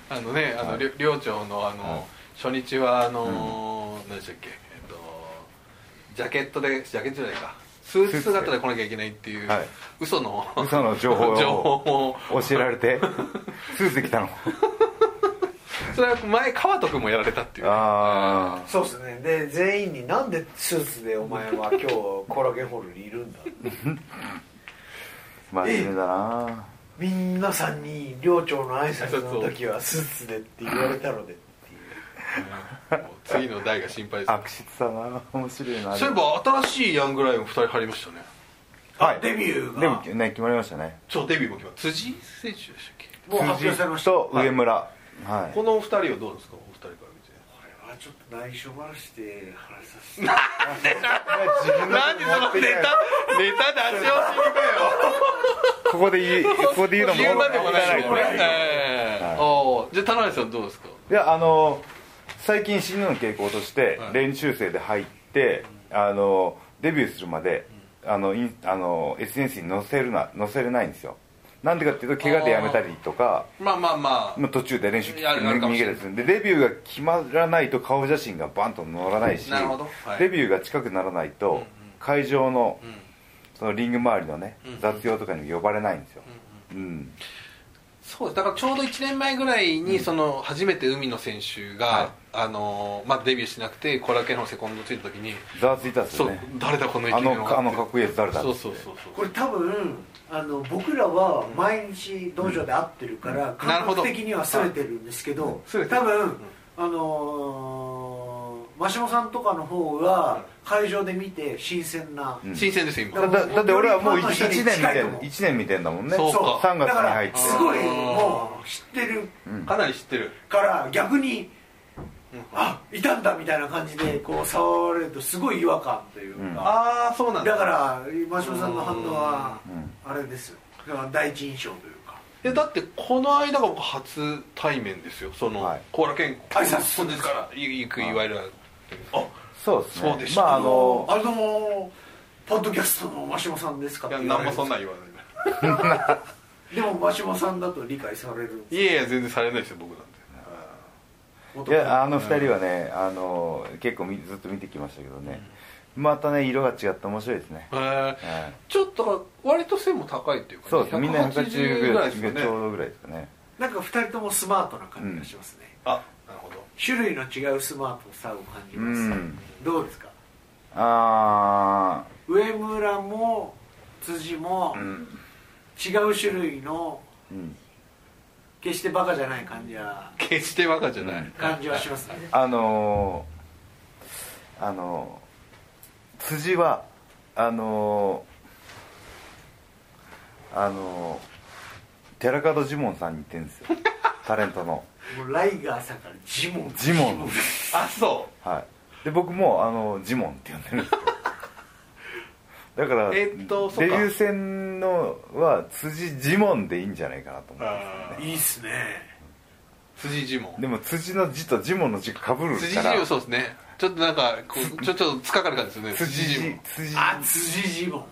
S2: あのねあの、領領長のあの、初日はあのー何でしたっけ、えっと、ジャケットでジャケットじゃないかスーツ姿で来なきゃいけないっていう、
S1: はい
S2: 嘘の
S1: 嘘の情報を
S2: 情報を
S1: 教えられてスーツ着たの
S2: それは前川戸君もやられたっていうね、
S1: あ
S4: そうですねで全員になんでスーツでお前は今日コラゲンホールにいるんだ
S1: あ真面目だな
S4: みんなさんに寮長の挨拶の時はスーツでって言われたのでっていう
S2: もう次の代が心配です
S1: 悪質だな面白いな
S2: そういえば新しいヤングライオン2人入りましたね
S1: はい
S3: デビューが
S1: でもね決まりましたね
S2: そうデビューも決まった辻選手でしたっけ
S3: もう発表されました
S1: と上村はい
S2: このお二人はどうですかお二人から見て
S3: これはちょっと内緒話で話させて
S2: 何そのネタネタ出し惜しみかよ
S1: ここで言うここで言うのも
S2: 言うまでもない
S1: も
S2: よ
S1: った
S2: ね
S1: いない
S2: え
S1: はい
S2: えおうじゃあ田辺さんどうですか
S1: いやあの最近死ぬの傾向として
S2: はい
S1: 練習生で入ってあのデビューするまであのインあの SNS に載せるな載せれないんですよなんでかっていうと怪我でやめたりとか
S2: まあまあまあ
S1: まあ途中で練習
S2: やるやるか
S1: 逃
S2: もし
S1: げた
S2: れない
S1: りするんでデビューが決まらないと顔写真がバンと載らないし
S2: なるほどはい
S1: デビューが近くならないと会場の
S2: うん
S1: そのリング周りのね
S2: うん
S1: 雑用とかに呼ばれないんですようん
S2: そうですだからちょうど1年前ぐらいにその初めて海野選手があのーまあデビューしてなくてコラケのセコンドついた時に
S1: ざわついたんです
S2: そ
S1: よ
S2: う
S1: ね
S2: 誰だこの
S1: あ
S2: イケメン
S1: の
S2: は
S1: あのかっこいいやつ誰だ
S2: そうそうそう
S3: こ
S2: そう
S3: れ多分あの僕らは毎日道場で会ってるから
S2: んなる
S3: 感
S2: ほど
S3: 覚的にはすれてるんですけど
S2: すれてる
S3: 多分あのー真下さんとかの方が会場で見て新鮮な
S1: うん
S2: 新鮮ですよ
S1: だ
S2: 今
S1: だだって俺はもう 1,
S3: ファンの人に
S1: 年見
S3: 近い
S1: て
S3: と
S1: ん
S3: 思う
S1: 一年見てんだもんね
S2: そうか
S1: 3月に
S3: だか
S1: 入っ
S3: ら
S1: て
S3: すごいもう知ってる
S2: かなり知ってる
S3: から逆に
S2: うん
S3: あいたんだみたいな感じでこう触られるとすごい違和感という
S1: うん
S3: か
S2: ああそうなんだ
S3: だから真下さんの反応は
S1: うん
S3: あれですよだから第一印象というか
S2: えだってこの間が僕初対面ですよその
S1: はい
S2: 高良健
S3: 挨拶
S2: 本日から行く
S1: はい
S2: いわゆるあ
S1: そうです
S2: そう
S1: ね
S2: でし
S1: ま
S2: た
S1: ああの
S3: あれどうもポッドキャストの真島さんですかっ
S2: い
S3: て
S2: や
S3: 言わ
S2: 何
S3: れる
S2: も
S3: んです
S2: そ
S3: よ
S2: んなん言わない
S3: でも真島さんだと理解される
S2: いやいや全然されないですよ僕なんて
S1: いやあの2人はねあの結構みずっと見てきましたけどね、またね色が違って面白いですね、
S2: へー
S1: はい
S2: ちょっと割と背も高いっていうか
S1: そうですみんな180ぐらい
S2: ですよね
S1: ちょうどぐらいですかね
S3: なんか2人ともスマートな感じがしますね、
S2: あなるほど
S3: 種類の違うスマートさを感じます、
S1: うん
S3: どうですか
S1: あ
S3: 上村も辻も
S1: あうん、
S3: 違う種類の
S1: うん、
S3: 決してバカじゃない感じは
S2: 決してバカじゃない、
S1: うん
S3: 感じはしますね
S1: あのー、あのー、辻はあのー、あの寺門ジモンさんに似てるん ですよタレントの
S3: もうライガーさんからジモン
S1: ジモン
S2: あそう
S1: はいで僕もあのジモンって呼んでるんですよだから、
S2: えーっとそう
S1: デ
S2: か
S1: ビュー戦のは辻ジモンでいいんじゃないかなと思うんですよね
S2: あー
S3: いいっすね
S2: 辻ジモン
S1: でも辻の字とジモンの字がかぶる
S2: 辻
S1: か
S2: ジ
S1: ら
S2: モンそうですねちょっとなんかこうちょちょっとつかかる感じですよね
S1: 辻
S2: 辻ジモ
S1: 字
S2: ン
S1: 辻
S3: あ
S1: 字
S3: 辻ジモン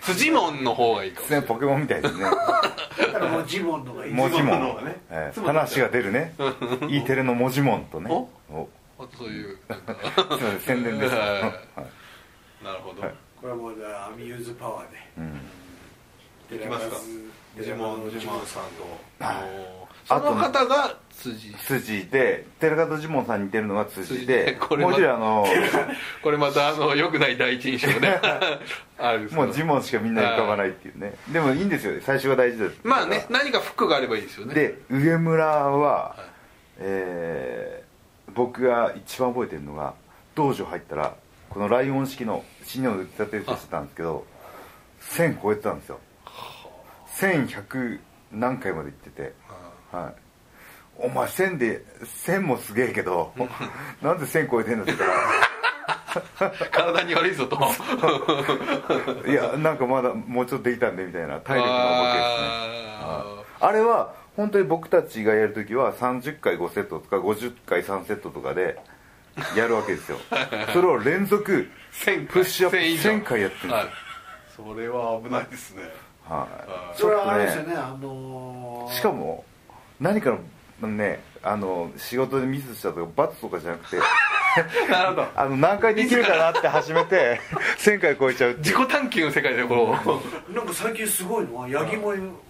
S2: 辻モンの方がいいかも
S1: ねポケモンみたい ですね
S3: だからもうジモンの方がいい
S1: 文字も
S2: の方がね
S1: えー
S2: そうなんです
S1: 話
S2: よ
S1: が出る ね E テレの文字もんとね
S2: お
S1: お
S2: あとそういうなんか
S1: すいません宣伝です、
S2: はい
S1: はい
S2: なるほど、
S1: はい
S3: これはもうだからアミューズパワーで
S1: うん
S2: いきますかジモンジモンさんと、あの
S1: あと
S2: その方が辻
S1: 辻で寺門ジモンさんに似てるのが辻
S2: 辻
S1: で
S2: で これ
S1: も
S2: は
S1: う一人あの
S2: これまたあの良くない第一印象ねあるんですけど
S1: もうジモンしかみんな浮かばないっていうねでもいいんですよ最初が大事だって
S2: まあね何かフックがあればいいですよね
S1: で上村は、えー僕が一番覚えてるのが道場入ったらこのライオン式の新日本で立てるとしてたんですけど1000超えてたんですよ1100何回まで行っててはいお前1000で1000もすげえけど なんで1000超えてんだって言っ
S2: 体に悪い ぞと
S1: たらいやなんかまだもうちょっとできたんでみたいな体力のおまけですね
S2: あ
S1: あれは本当に僕たちがやるときは30回5セットとか50回3セットとかでやるわけです よそれを連続
S2: 1000
S1: プッシュアップ
S2: 以上
S1: 1000回やってるんですよ
S2: はいそれは危ないですね
S1: は
S2: あ
S1: い
S3: それはあれです
S1: ちょっと
S3: よねあのー
S1: しかも何かのねあの仕事でミスしたとか罰とかじゃなくて
S2: なるほど
S1: あの何回できるかなって始め て1000回超えちゃうって
S2: 自
S1: いう
S2: 己探求の世界でこう
S3: なんか最近すごいのはヤギ萌え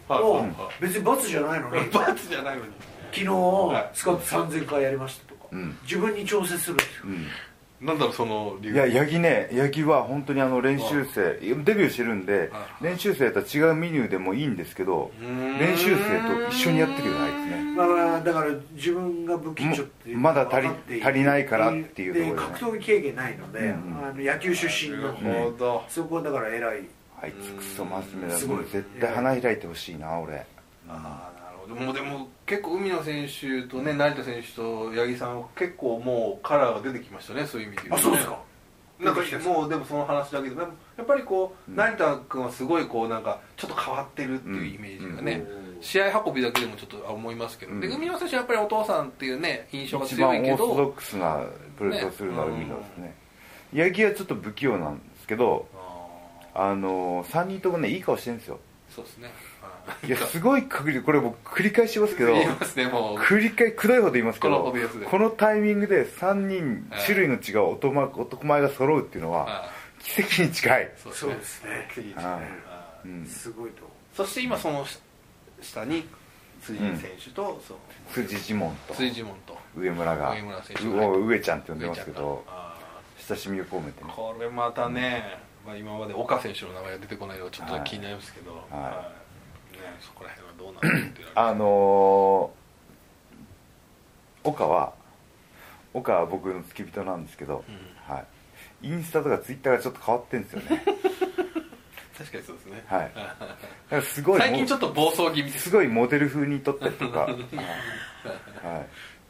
S2: はい
S3: を別に罰じゃないのに昨
S2: 罰じゃないのに
S3: 日
S2: い
S3: 使って3000回やりましたとか
S1: ん
S3: 自分に調整するんですよ
S2: なんだろうその理
S1: い
S2: 由
S1: や八木ね八木は本当にあの練習生デビューしてるんで
S2: は
S1: 練習生やったら違うメニューでもいいんですけど
S2: うーん
S1: 練習生と一緒にやってくれないですね
S3: だからだから自分が武器ちょっと
S1: まだ足り足りないからっていうところで
S3: で
S1: ね
S3: 格闘技経験ないので、
S1: うんうん
S3: あの野球出身の、
S2: なるほど
S3: そこはだから偉い
S1: あいつクソ真面目だ
S3: すごい
S1: 絶対花開いてほしいな俺
S2: ああなるほどもうでも結構海野選手とね成田選手と八木さんは結構もうカラーが出てきましたねそういう意味で言と
S3: あ
S2: ね
S3: そうですか
S2: なんかもうでもその話だけどでもやっぱりこう、
S1: うん
S2: 成田君はすごいこうなんかちょっと変わってるっていうイメージがね、試合運びだけでもちょっと思いますけど、
S1: うん
S2: で海野選手はやっぱりお父さんっていうね印象が
S1: 一番
S2: 強いけ
S1: オーソド
S2: ど
S1: ックスなプレートをするのは海野ですね八木はちょっと不器用なんですけど
S2: あ
S1: あのー、3人ともねいい顔してるんですよ
S2: ーそうですね
S1: いやすごい確率これ僕繰り返しますけど
S2: 言いますねもう
S1: 繰り返くどいほど言いますけ
S2: この
S1: ど
S2: ほど言いますね
S1: このタイミングで3人
S2: はい
S1: 種類の違う男前男前が揃うっていうのは
S2: あ
S1: 奇跡に近い
S2: ーそうです
S3: そう
S2: ね
S3: ですね
S2: 次ですね
S1: はい
S2: あ
S1: う
S2: ー
S1: ん
S3: すごいと
S2: そして今その下に辻選手と、その
S1: 辻ジモンと
S2: 辻門と
S1: 上村が
S2: 上村選手
S1: う
S2: が
S1: お上ちゃんって呼んで
S2: 上
S1: ま
S2: ちゃ
S1: す
S2: ん
S1: け
S2: が
S1: ど
S2: あー
S1: 親しみを込めてね
S2: これまたね、まあ、今まで岡選手の名前が出てこないのがちょっと気になりますけど、
S1: い
S2: はいね、そこら辺はどうなるっていうのは
S1: あのー、岡は岡は僕の付き人なんですけど、
S2: うん
S1: はい、インスタとかツイッターがちょっと変わってんですよ ね
S2: 確かにそうですね、
S1: はいだからすごい
S2: 最近ちょ
S1: っ
S2: っと暴走気味です
S1: すごいモデル風に撮ったり とか、はいは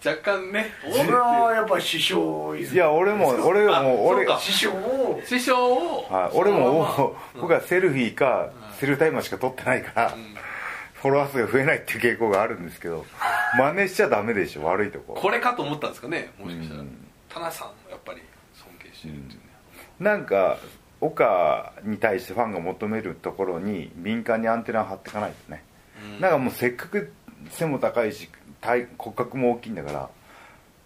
S2: 若干ね
S3: 俺はやっぱり師匠
S1: い、いや俺も俺
S2: あ
S1: も俺
S2: そうか
S1: は
S3: 師匠を
S2: 師匠を、
S1: い、俺
S2: その
S1: も
S2: まま、
S1: 僕はセルフィーか、セルフタイマーしか撮ってないから、フォロワー数が増えないっていう傾向があるんですけど真似しちゃダメでしょ悪いとこ
S2: これかと思ったんですかねもしかしたら、
S1: うん
S2: 田中さんもやっぱり尊敬してるっていうね、
S1: なんか岡に対してファンが求めるところに敏感にアンテナを張っていかないとね、
S2: うん
S1: なんかもうせっかく背も高いし体骨格も大きいんだから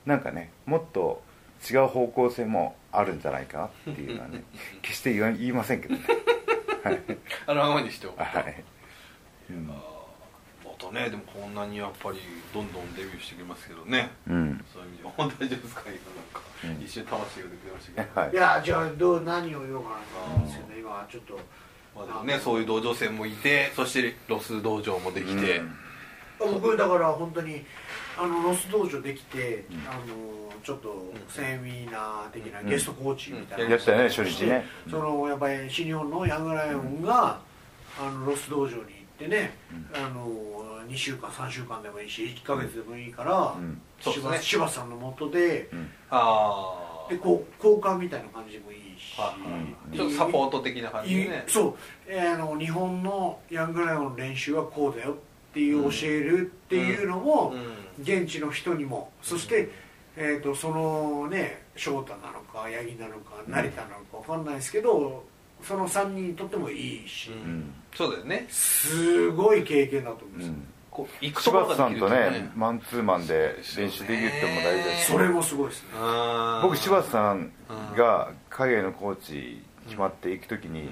S1: なんかねもっと違う方向性もあるんじゃないかなっていうのは ね決して言わ言いませんけどね
S2: あのままにしておくと、
S1: はい、うん
S2: またねでもこんなにやっぱりどんどんデビューしてきますけどね、
S1: うん
S2: そういう意味では大丈夫ですか今なんか、
S1: うん
S2: 一瞬魂が出てきましたけど、
S1: はい
S3: いやじゃあどう何を言おうかなと思うんですけどね今ちょっと
S2: まあでもねそういう道場戦もいてそしてロス道場もできて、
S1: うん
S3: 僕だから本当にあのロス道場できて、あのちょっとセミナー的なゲストコーチみたいな、
S1: やったよね初日ね
S3: そのやっぱり新日本のヤングライオンが、あのロス道場に行ってね、あの2週間3週間でもいいし1か月でもいいから、
S1: うん
S2: そうですね
S3: 柴柴さんのもとで
S1: うん
S2: ああ
S3: でこう交換みたいな感じもいいし、
S2: はいちょっとサポート的な感じでね
S3: いそう、えーあの日本のヤングライオンの練習はこうだよっていう、
S2: うん
S3: 教えるっていうの
S2: う
S3: も、
S2: ん
S3: 現地の人にもそして、えー、とそのね翔太なのか八木なのか
S1: うん
S3: 成田なのかわかんないですけどその3人にとってもいいし、
S2: うんそうだよね
S3: すごい経験だと思うん
S1: う
S3: ですよ、
S1: ん
S2: こう行くとこ
S1: 柴
S2: ろ
S1: 田
S2: が
S1: さ
S2: で
S1: ん
S2: きる
S1: と
S2: って
S1: ねマンツーマンで練習できるってのも大事だし
S3: それもすごいですね
S2: うん
S1: 僕柴田さんが海外のコーチ決まっていくときに、
S2: うん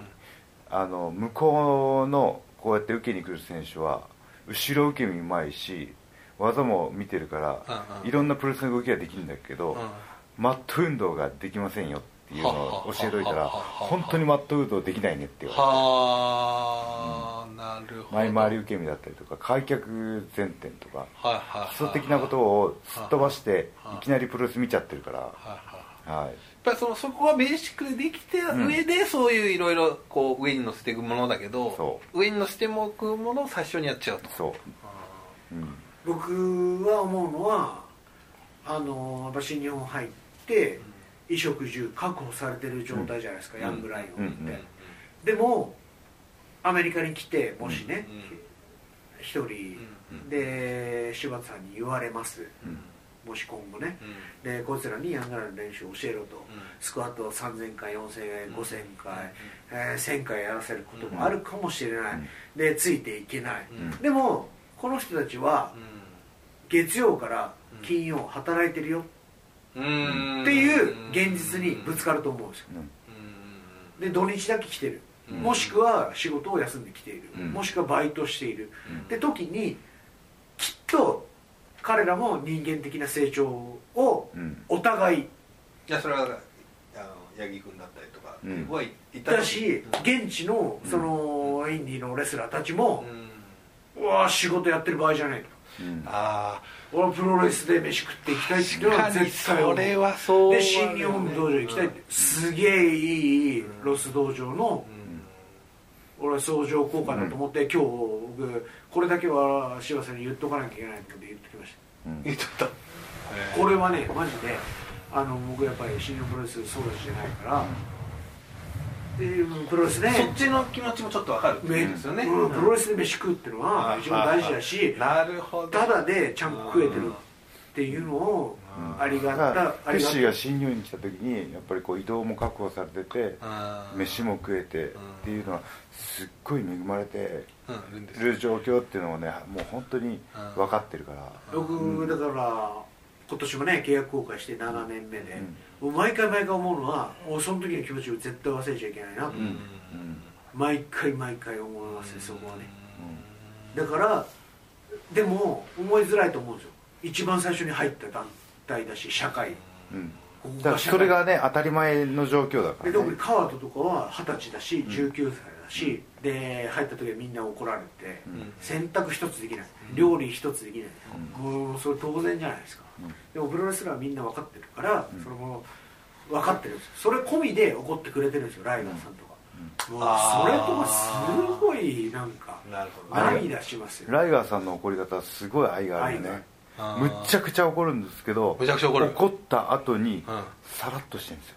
S1: あの向こうのこうやって受けに来る選手は後ろ受け身うまいし技も見てるから、
S2: うんうん
S1: いろんなプロレスの動きができるんだけど、マット運動ができませんよっていうのを教えといた
S2: は
S1: ら
S2: はははは
S1: 本当にマット運動できないねって言われて
S2: はあ、なるほど
S1: 前回り
S2: はい
S1: 受け身だったりとか開脚前転とか
S2: はいはい
S1: 基礎的なことをすっ飛ばして
S2: はい
S1: いきなりプロレス見ちゃってるから、
S2: はいはいや
S1: はい、
S2: っぱりそのそこはベーシックでできた上で、そういういろいろこう上に乗せていくものだけど
S1: そ
S2: 上に乗せてもくものを最初にやっちゃうと
S1: そう
S2: あ
S1: うん
S3: 僕は思うのはあのやっぱ新日本入って衣食住確保されてる状態じゃないですか、
S1: うん
S3: ヤングライオンって、
S1: うんうん
S3: でもアメリカに来てもしね
S2: ー
S3: 一、人
S2: うんうん
S3: で柴田さんに言われます、
S1: うん
S3: もし今後ね
S2: うんうん
S3: でこいつらにヤングライオンの練習を教えろと、
S2: うん
S3: スクワットを3000回4000回
S2: うん
S3: 5000回
S2: うん、
S3: えー1000回やらせることもあるかもしれな
S1: う
S3: い、
S1: ん
S3: でついていけない、
S2: うん
S3: でもこの人たちは月曜から金曜働いてるよ
S2: うん
S3: っていう現実にぶつかると思うんですよ
S1: うん
S2: うん
S3: で土日だけ来てる
S2: うん
S3: もしくは仕事を休んできている、
S1: うん
S3: もしくはバイトしている
S2: うん
S3: で時にきっと彼らも人間的な成長を
S1: うん
S3: お互い
S2: いやそれはあの八木君だったりとか
S1: うん
S2: はいた
S3: だし現地のそのインディーのレスラーたち
S2: う
S3: も
S2: ん
S3: 「うわー仕事やってる場合じゃない」と
S1: うん
S2: ああ
S3: 「俺はプロレスで飯食っていきたい」っていうのは
S2: 確かに
S3: 絶対
S2: そ
S3: 思う
S2: れはそう
S3: で新日本の道場行きたいって、すげえいいロス道場の、俺は相乗効果だと思って、今日僕これだけは柴田さんに言っとかなきゃいけないってことで言ってきまし
S1: うん
S2: 言っちゃった
S3: たこれはねマジであの僕やっぱり新日本プロレスそうじゃないから、でプロレスね
S2: そっちの気持ちもちょっとわかるってこと
S3: め
S2: ですよね
S3: うん、プロレスで飯食うってのは一番大事だし
S2: なるほど
S3: ただでちゃんと食えてるっていうのを
S2: うん
S3: ありが
S1: だから
S3: た
S1: テ
S3: あ
S1: ッ
S3: りが
S1: シ
S3: た
S1: ーが新入院に来た時にやっぱりこう移動も確保されてて
S2: うん
S1: 飯も食えてっていうのはすっごい恵まれて
S2: うんいるんですよ
S1: る状況っていうのをねもう本当に分かってるから
S3: 僕だから今年もね契約更改して7年目で、もう毎回毎回思うのはもうその時の気持ちを絶対忘れちゃいけないなと、
S2: うん
S1: うん
S3: 毎回毎回思いますねそこはねだからでも思いづらいと思うんですよ一番最初に入った団体だし社会
S1: うん
S3: ここ
S1: だから
S3: 社
S1: そ
S3: 会
S1: れがね当たり前の状況だか
S3: で
S1: ら
S3: 特に
S1: ね
S3: 川戸とかは二十歳だし19歳だし、で入った時はみんな怒られて、
S2: ん
S3: 洗濯一つできない料理一つできない、もうそれ当然じゃないです
S1: う
S3: か、
S1: ん
S3: でもプロレスラーはみんな分かってるから、それも分かってるんですよそれ込みで怒ってくれてるんですよライガーさんとか、もう
S2: あ
S3: それ
S2: ー
S3: とかすごいなんか
S2: なるほどね
S3: 涙しますよ
S1: ライガーさんの怒り方はすごい愛があるよね
S2: 愛が
S1: むっちゃくちゃ怒るんですけど
S2: むちゃくちゃ怒る
S1: った後に
S2: うん
S1: さらっとしてるんですよ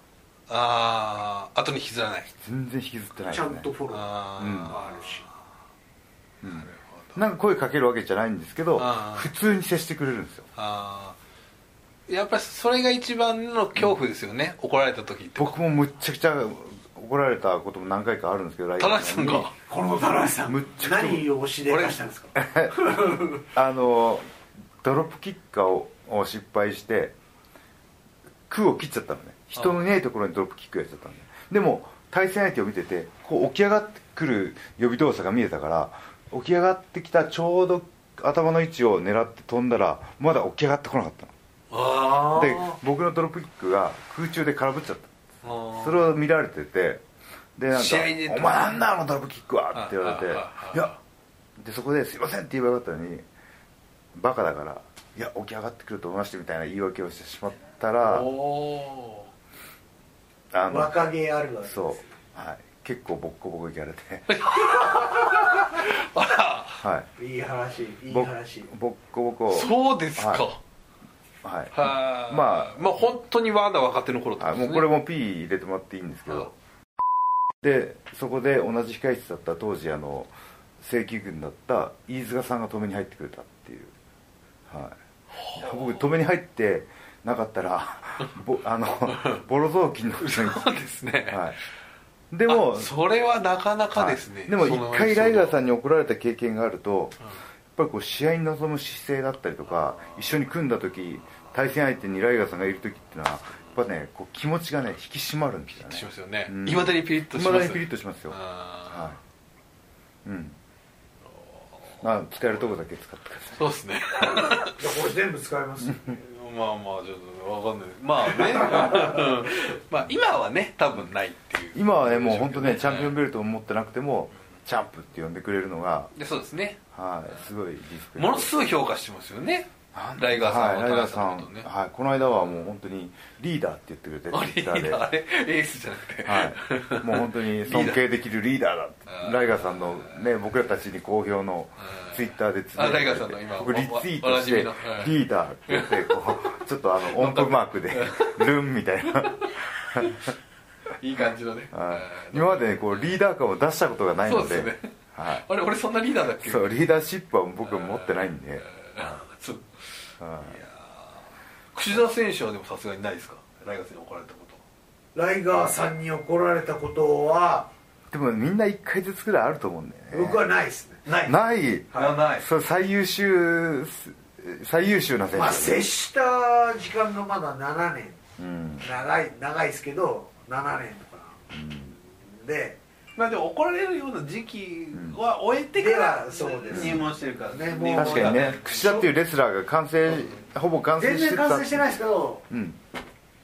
S2: ああ後に引きずらない
S1: 全然引きずってない
S3: ち
S1: よ
S3: ゃ
S1: ね
S3: んとフォロー
S2: あ
S3: があるし、
S2: ーなるほど
S1: なんか声かけるわけじゃないんですけど
S2: あー
S1: 普通に接してくれるんですよ
S2: あーやっぱりそれが一番の恐怖ですよね怒られた時って
S1: 僕もむっちゃくちゃ怒られたことも何回かあるんですけどライ
S2: 田
S1: ブ
S2: 中さん
S1: に
S2: が
S3: この田中さん
S1: むっちゃくちゃ
S3: 何をしで出したんですか
S1: あのドロップキッカーをを失敗して空を切っちゃったのね人のいないところにドロップキックやっちゃったのねでも対戦相手を見ててこう起き上がってくる予備動作が見えたから起き上がってきたちょうど頭の位置を狙って飛んだらまだ起き上がってこなかった
S2: あ
S1: ので僕のドロップキックが空中で空振っちゃったそ
S2: そ
S1: れを見られててでなんか
S2: 試合で
S1: 「お前なんだあのドロップキックは」って言われ
S2: あ
S1: て
S2: あああ
S1: 「いや」でそこで「すいません」って言えばよかったのにバカだから「いや起き上がってくると思いまして」みたいな言い訳をしてしまったら
S2: お
S1: あの
S4: 若気あるわけです
S1: そう、はい、結構ボッコボコいかれて
S2: ーあら
S1: はい
S3: い話いい
S1: ぼ
S3: 話
S1: ぼっこぼこ
S2: そうですか、
S1: ははい
S2: はい
S1: まあ
S2: まあ本当にまだ若手の頃って
S1: あ
S2: とです
S1: も
S2: ね
S1: うこれも P 入れてもらっていいんですけどでそこで同じ控室だった当時あの正規軍だった飯塚さんが止めに入ってくれたっていう、はい、僕止めに入ってなかった らぼあのボロ雑巾の上に、
S2: そうですね、
S1: はい、でも
S2: あそれはなかなかですね、
S1: はいでも
S2: その
S1: 一回ライガーさん
S2: に
S1: に怒られた経験があると、やっぱりこう試合に臨む姿勢だったりとか一緒に組んだ時対戦相手にライガーさんがいる時っていうのはやっぱねこう気持ちがね引き締まるんですよね
S2: しますよね
S1: うん
S2: いま、未だにピリッとします
S1: 未だにピリッとしますよは
S2: あ
S1: いうんまあ使えるとこだけ使ってくだ
S2: ーそうですね
S3: いやこれ全部使いますよね
S2: まあまあちょっとわかんないまあね まあ今はね多分ないっていう
S1: さい今はねもう本当ねチャンピオン
S2: ベ
S1: ベルトを持ってなくてもチャンプって呼んでくれるのが
S2: でそうですね
S1: はいすごいリスペクト
S2: ものすごい評価してますよねライガーさん
S1: は
S2: はい
S1: ライガーさ
S2: 田中の
S1: ん
S2: ことね
S1: はいこの間はもう本当にリーダーって言ってくれて
S2: あリ
S1: Twitter
S2: ーダーあれエースじゃなくて
S1: はい、もう本当に尊敬できるリーダーだ
S2: ー
S1: ライガーさんの、ね、僕らたちに好評の
S2: うん
S1: ツイッターでつ
S2: あライガーさんの今
S1: 僕リツイートし
S2: おお
S1: て
S2: なじみのはい
S1: リーダーって言ってこ うちょっとあの音符マークでルンみたいな、
S2: いい感じのね
S1: はい
S2: うん
S1: 今まで、ね、こうリーダー感を出したことがないので
S2: そうですね
S1: はい、
S2: あれ俺そんなリーダーだっけ
S1: そうリーダーシップは僕は持ってないんで、
S2: そう
S1: はい
S2: 串田選手はでもさすがにないですかライガーさんに怒られたこ
S3: ライガーさんに怒られたことは
S1: でもみんな1回ずつぐらいあると思うんだよね
S3: 僕はないですねない
S1: ない、
S2: とはない
S1: そう最優秀最優秀な選手、
S3: まあ接した時間がまだ7年
S1: うん
S3: 長い長いですけど7年とかで
S2: まあでも怒られるような時期は終えてから
S3: うんそうです
S2: 入門してるから
S3: ね
S2: 入門
S1: 確かにね櫛田っていうレスラーが完成ほぼ完成
S3: 全
S1: して
S3: 然
S1: た
S3: 完成してないですけど
S1: うん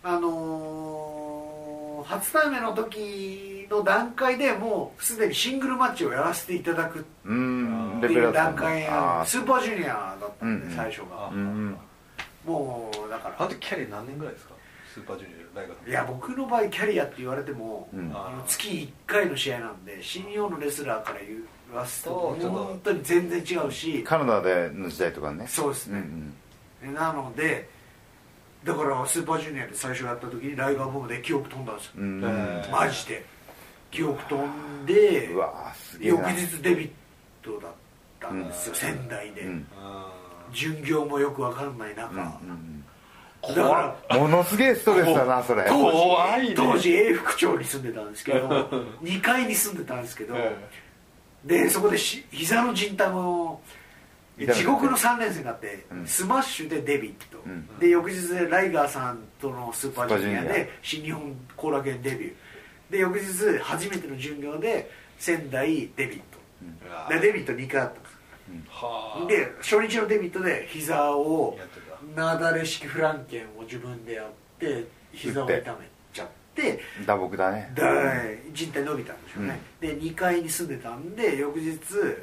S3: あのー初対面の時の段階でもうすでにシングルマッチをやらせていただくっ
S1: うーん
S3: て
S1: レベ
S3: いう
S1: ルだ
S3: 段
S1: ったん
S3: 階
S1: だあー
S3: スーパージュニアだったん
S1: うんう
S3: で
S1: ん
S3: 最初が
S2: あ
S1: うん
S3: もうだか
S2: あの
S3: ら
S2: 時キャリア何年ぐらいですかスーパージュニアライガーさん
S3: いや僕の場合キャリアって言われても
S1: うん
S2: あ
S3: あの月1回の試合なんで新日本のレスラーから言わすと
S2: そうちょっと
S3: 本当に全然違うし
S1: カナダでの時代とかね
S3: そうです
S1: うんう
S3: ね、
S1: ん
S3: なのでだからスーパージュニアで最初やった時にライガーボムで記憶飛んだんですよ、
S1: うん
S2: えー
S3: マジで記憶飛んで
S1: うわーすげえ
S3: 翌
S1: な
S3: 日デビットだったんですよ、
S2: うん
S3: 仙台で、
S1: うん
S3: 巡業もよくわかんない中、
S1: うんうん
S2: こ
S3: だから
S1: うんものすげえストレスだなそれ
S2: こ怖いね
S3: 当時永福町に住んでたんですけど2階に住んでたんですけど、でそこでし膝の靭帯も
S1: 痛めて
S3: 地獄の3連戦があって、
S1: うん
S3: スマッシュでデビット、
S1: うん
S3: で翌日でライガーさんとのスーパージュニア
S1: スーパージュニア
S3: で新日本後楽園デビューで翌日初めての巡業で仙台デビットでデビット2回あったんです
S2: は
S3: で初日のデビットで膝を
S2: やってた
S3: なだれ式フランケンを自分でやって膝を痛めちゃって
S1: 打撲だね
S3: だ人体伸びたんでしょうね、で2階に住んでたんで翌日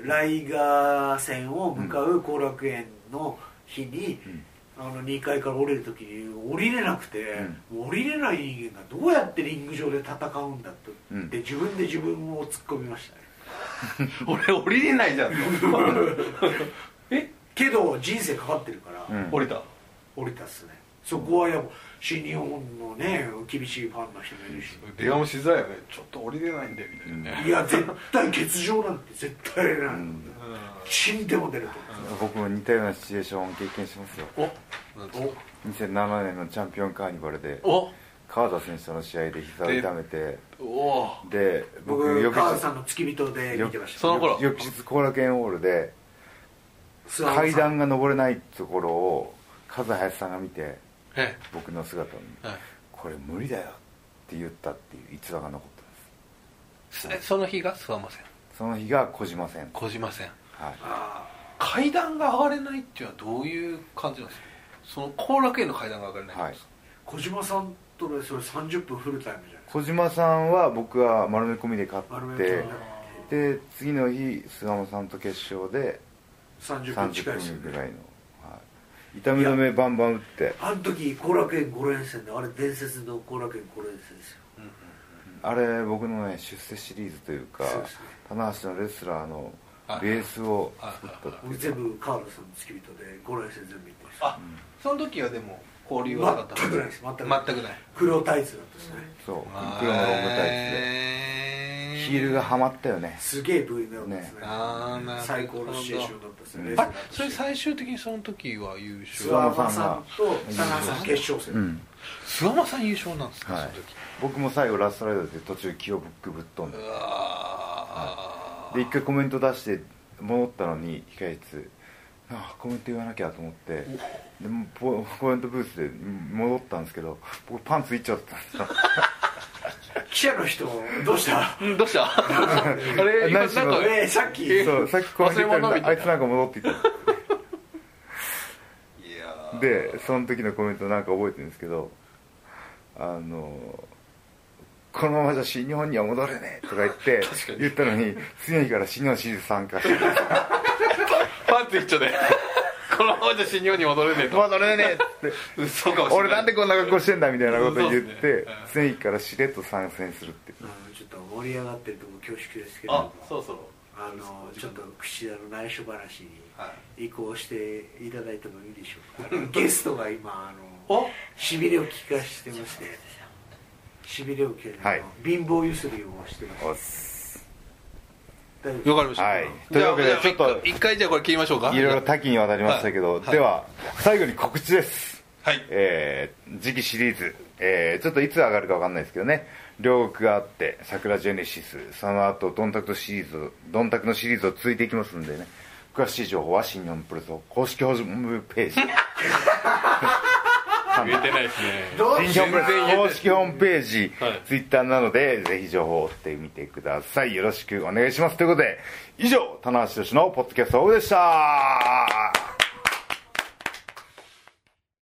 S3: ライガー線を向かう後楽園の日に、あの2階から降りる時に降りれなくて、もう降りれない人間がどうやってリング上で戦うんだと
S1: うん
S3: で自分で自分を突っ込みましたね
S2: 俺降りれないじゃんえ
S3: けど人生かかってるから、
S1: うん
S2: 降りた
S3: 降りたっすねそこはやっぱ新日本のね厳しいファンの人もいるし、
S2: 電話もしづらいよねちょっと降りれないんでみたいなね
S3: いや絶対欠場なんて絶対ない、
S1: ん
S3: 死んでも出ると思う
S1: 僕も似たようなシチュエーションを経験しますよ
S2: おなんですか
S1: 2007年のチャンピオンカーニバルで
S2: お
S1: 川田選手との試合で膝を痛めて
S2: おお
S1: で僕
S3: 僕
S1: 翌
S3: 川田
S1: 日
S3: さんの付き人で見てました
S2: その頃
S1: 翌日後楽園オールで
S3: 諏訪さん
S1: 階段が登れないところを和林さんが見て
S2: え
S1: 僕の姿を見
S2: え、はい
S1: これ無理だよって言ったっていう逸話が残ってます
S2: えその日が諏訪間線
S1: その日が小島戦
S2: 小島線
S1: はい
S3: あ
S2: 階段が上がれないっていうのはどういう感じなんですかその後楽園の階段が上がれないんですか、
S3: ー小島さんとのそれ30分フルタイムじゃない
S1: 小島さんは僕は丸め込みで勝
S3: 丸
S1: っ
S3: め込
S1: て
S3: みで
S1: で次の日菅間さんと決勝で
S3: 30分近いですよ
S1: 30分ぐら
S3: ね
S1: いの、はい、痛み止めバンバン打って
S3: あの時後楽園5連戦であれ伝説の後楽園5連戦ですよ
S1: あれ僕のね出世シリーズというか
S3: そうですね
S1: 棚橋のレスラーのベースを作ったっ
S2: はい
S1: ていうか
S3: 俺全部カールさんの付き人で五来戦全部行ってました
S2: あその時はでも交流はなかった
S3: 全くないです全くない
S2: 全くない
S3: 黒タイツだったですね
S1: そう黒のロングタイツで
S2: へー
S1: ヒールがはまったよね
S3: すげえ V になったですね
S1: ね
S2: あーなるほど
S3: 最高のシチュエーションだったですね
S1: うん
S3: レースだ
S2: あ
S3: ったし
S2: それ最終的にその時は優
S1: 諏
S3: 諏
S2: 勝
S1: 訪
S3: 訪
S1: 間
S3: 間
S1: さん
S3: さ
S1: が
S3: んと佐賀さん決勝
S1: う
S3: 戦
S1: ん
S2: 諏訪間さん優勝なんですか、
S1: はい
S2: その時
S1: 僕も最後ラストライドで途中気をぶっくぶっ飛んで
S2: うわー
S1: で一回コメント出して戻ったのに控えつああコメント言わなきゃと思ってでもポコメントブースで戻ったんですけど僕パンツいっちゃったんですよ
S3: 記者の人どうした
S2: うんどうしたあれ今
S1: 何
S2: なん
S1: しろ
S2: か
S3: えーさっき
S2: え
S1: そうさっきこう
S2: 忘れ物みたいな
S1: あいつなんか戻っていった
S2: いやー
S1: でその時のコメントなんか覚えてるんですけど「あのこのままじゃ新日本には戻れねえ」とか言って
S2: 確かに
S1: 言ったのに次の日から新日本シリーズ参加して「
S2: パンツ一丁 でこのままじゃ新日本に 戻れねえと
S1: 戻れねえ」って
S2: そうかもしれない
S1: 俺なんでこんな格好してんだみたいなことを言っ
S2: そうで
S1: て
S2: す
S1: 次の日からしれっと参戦するっていう
S3: あのちょっと盛り上がってるとも恐縮ですけれど
S2: あ
S3: も
S2: そろそろ
S3: あのちょっと櫛田の内緒話に
S2: は
S3: 移行していただいてもいいでしょうかあのゲストが今あ
S2: お
S3: の しびれを利かしてましてしびれを利かして、
S1: はい
S3: 貧乏ゆすりをしてまし
S1: おっす
S3: た大丈夫です
S2: わかりました、
S1: はい
S2: じゃあ
S1: というわけで
S2: じゃあ
S1: ちょっと
S2: 一回一回じゃあこれ切りましょうか
S1: いろいろ多岐にわたりましたけど、
S2: はい
S1: では最後に告知です
S2: はい
S1: えー次期シリーズ、えーちょっといつ上がるか分かんないですけどね両国があって桜ジェネシスその後ドンタクトシリーズドンタクのシリーズを続いていきますんでね詳しい情報は新日本プロレスの公式ホームペー ジ
S2: 言えてないですね
S3: どう
S1: 新日本プロレス公式ホームページ、
S2: はい
S1: ツイッターなどでぜひ情報を追ってみてくださいよろしくお願いしますということで以上棚橋宏のポッドキャストオフでした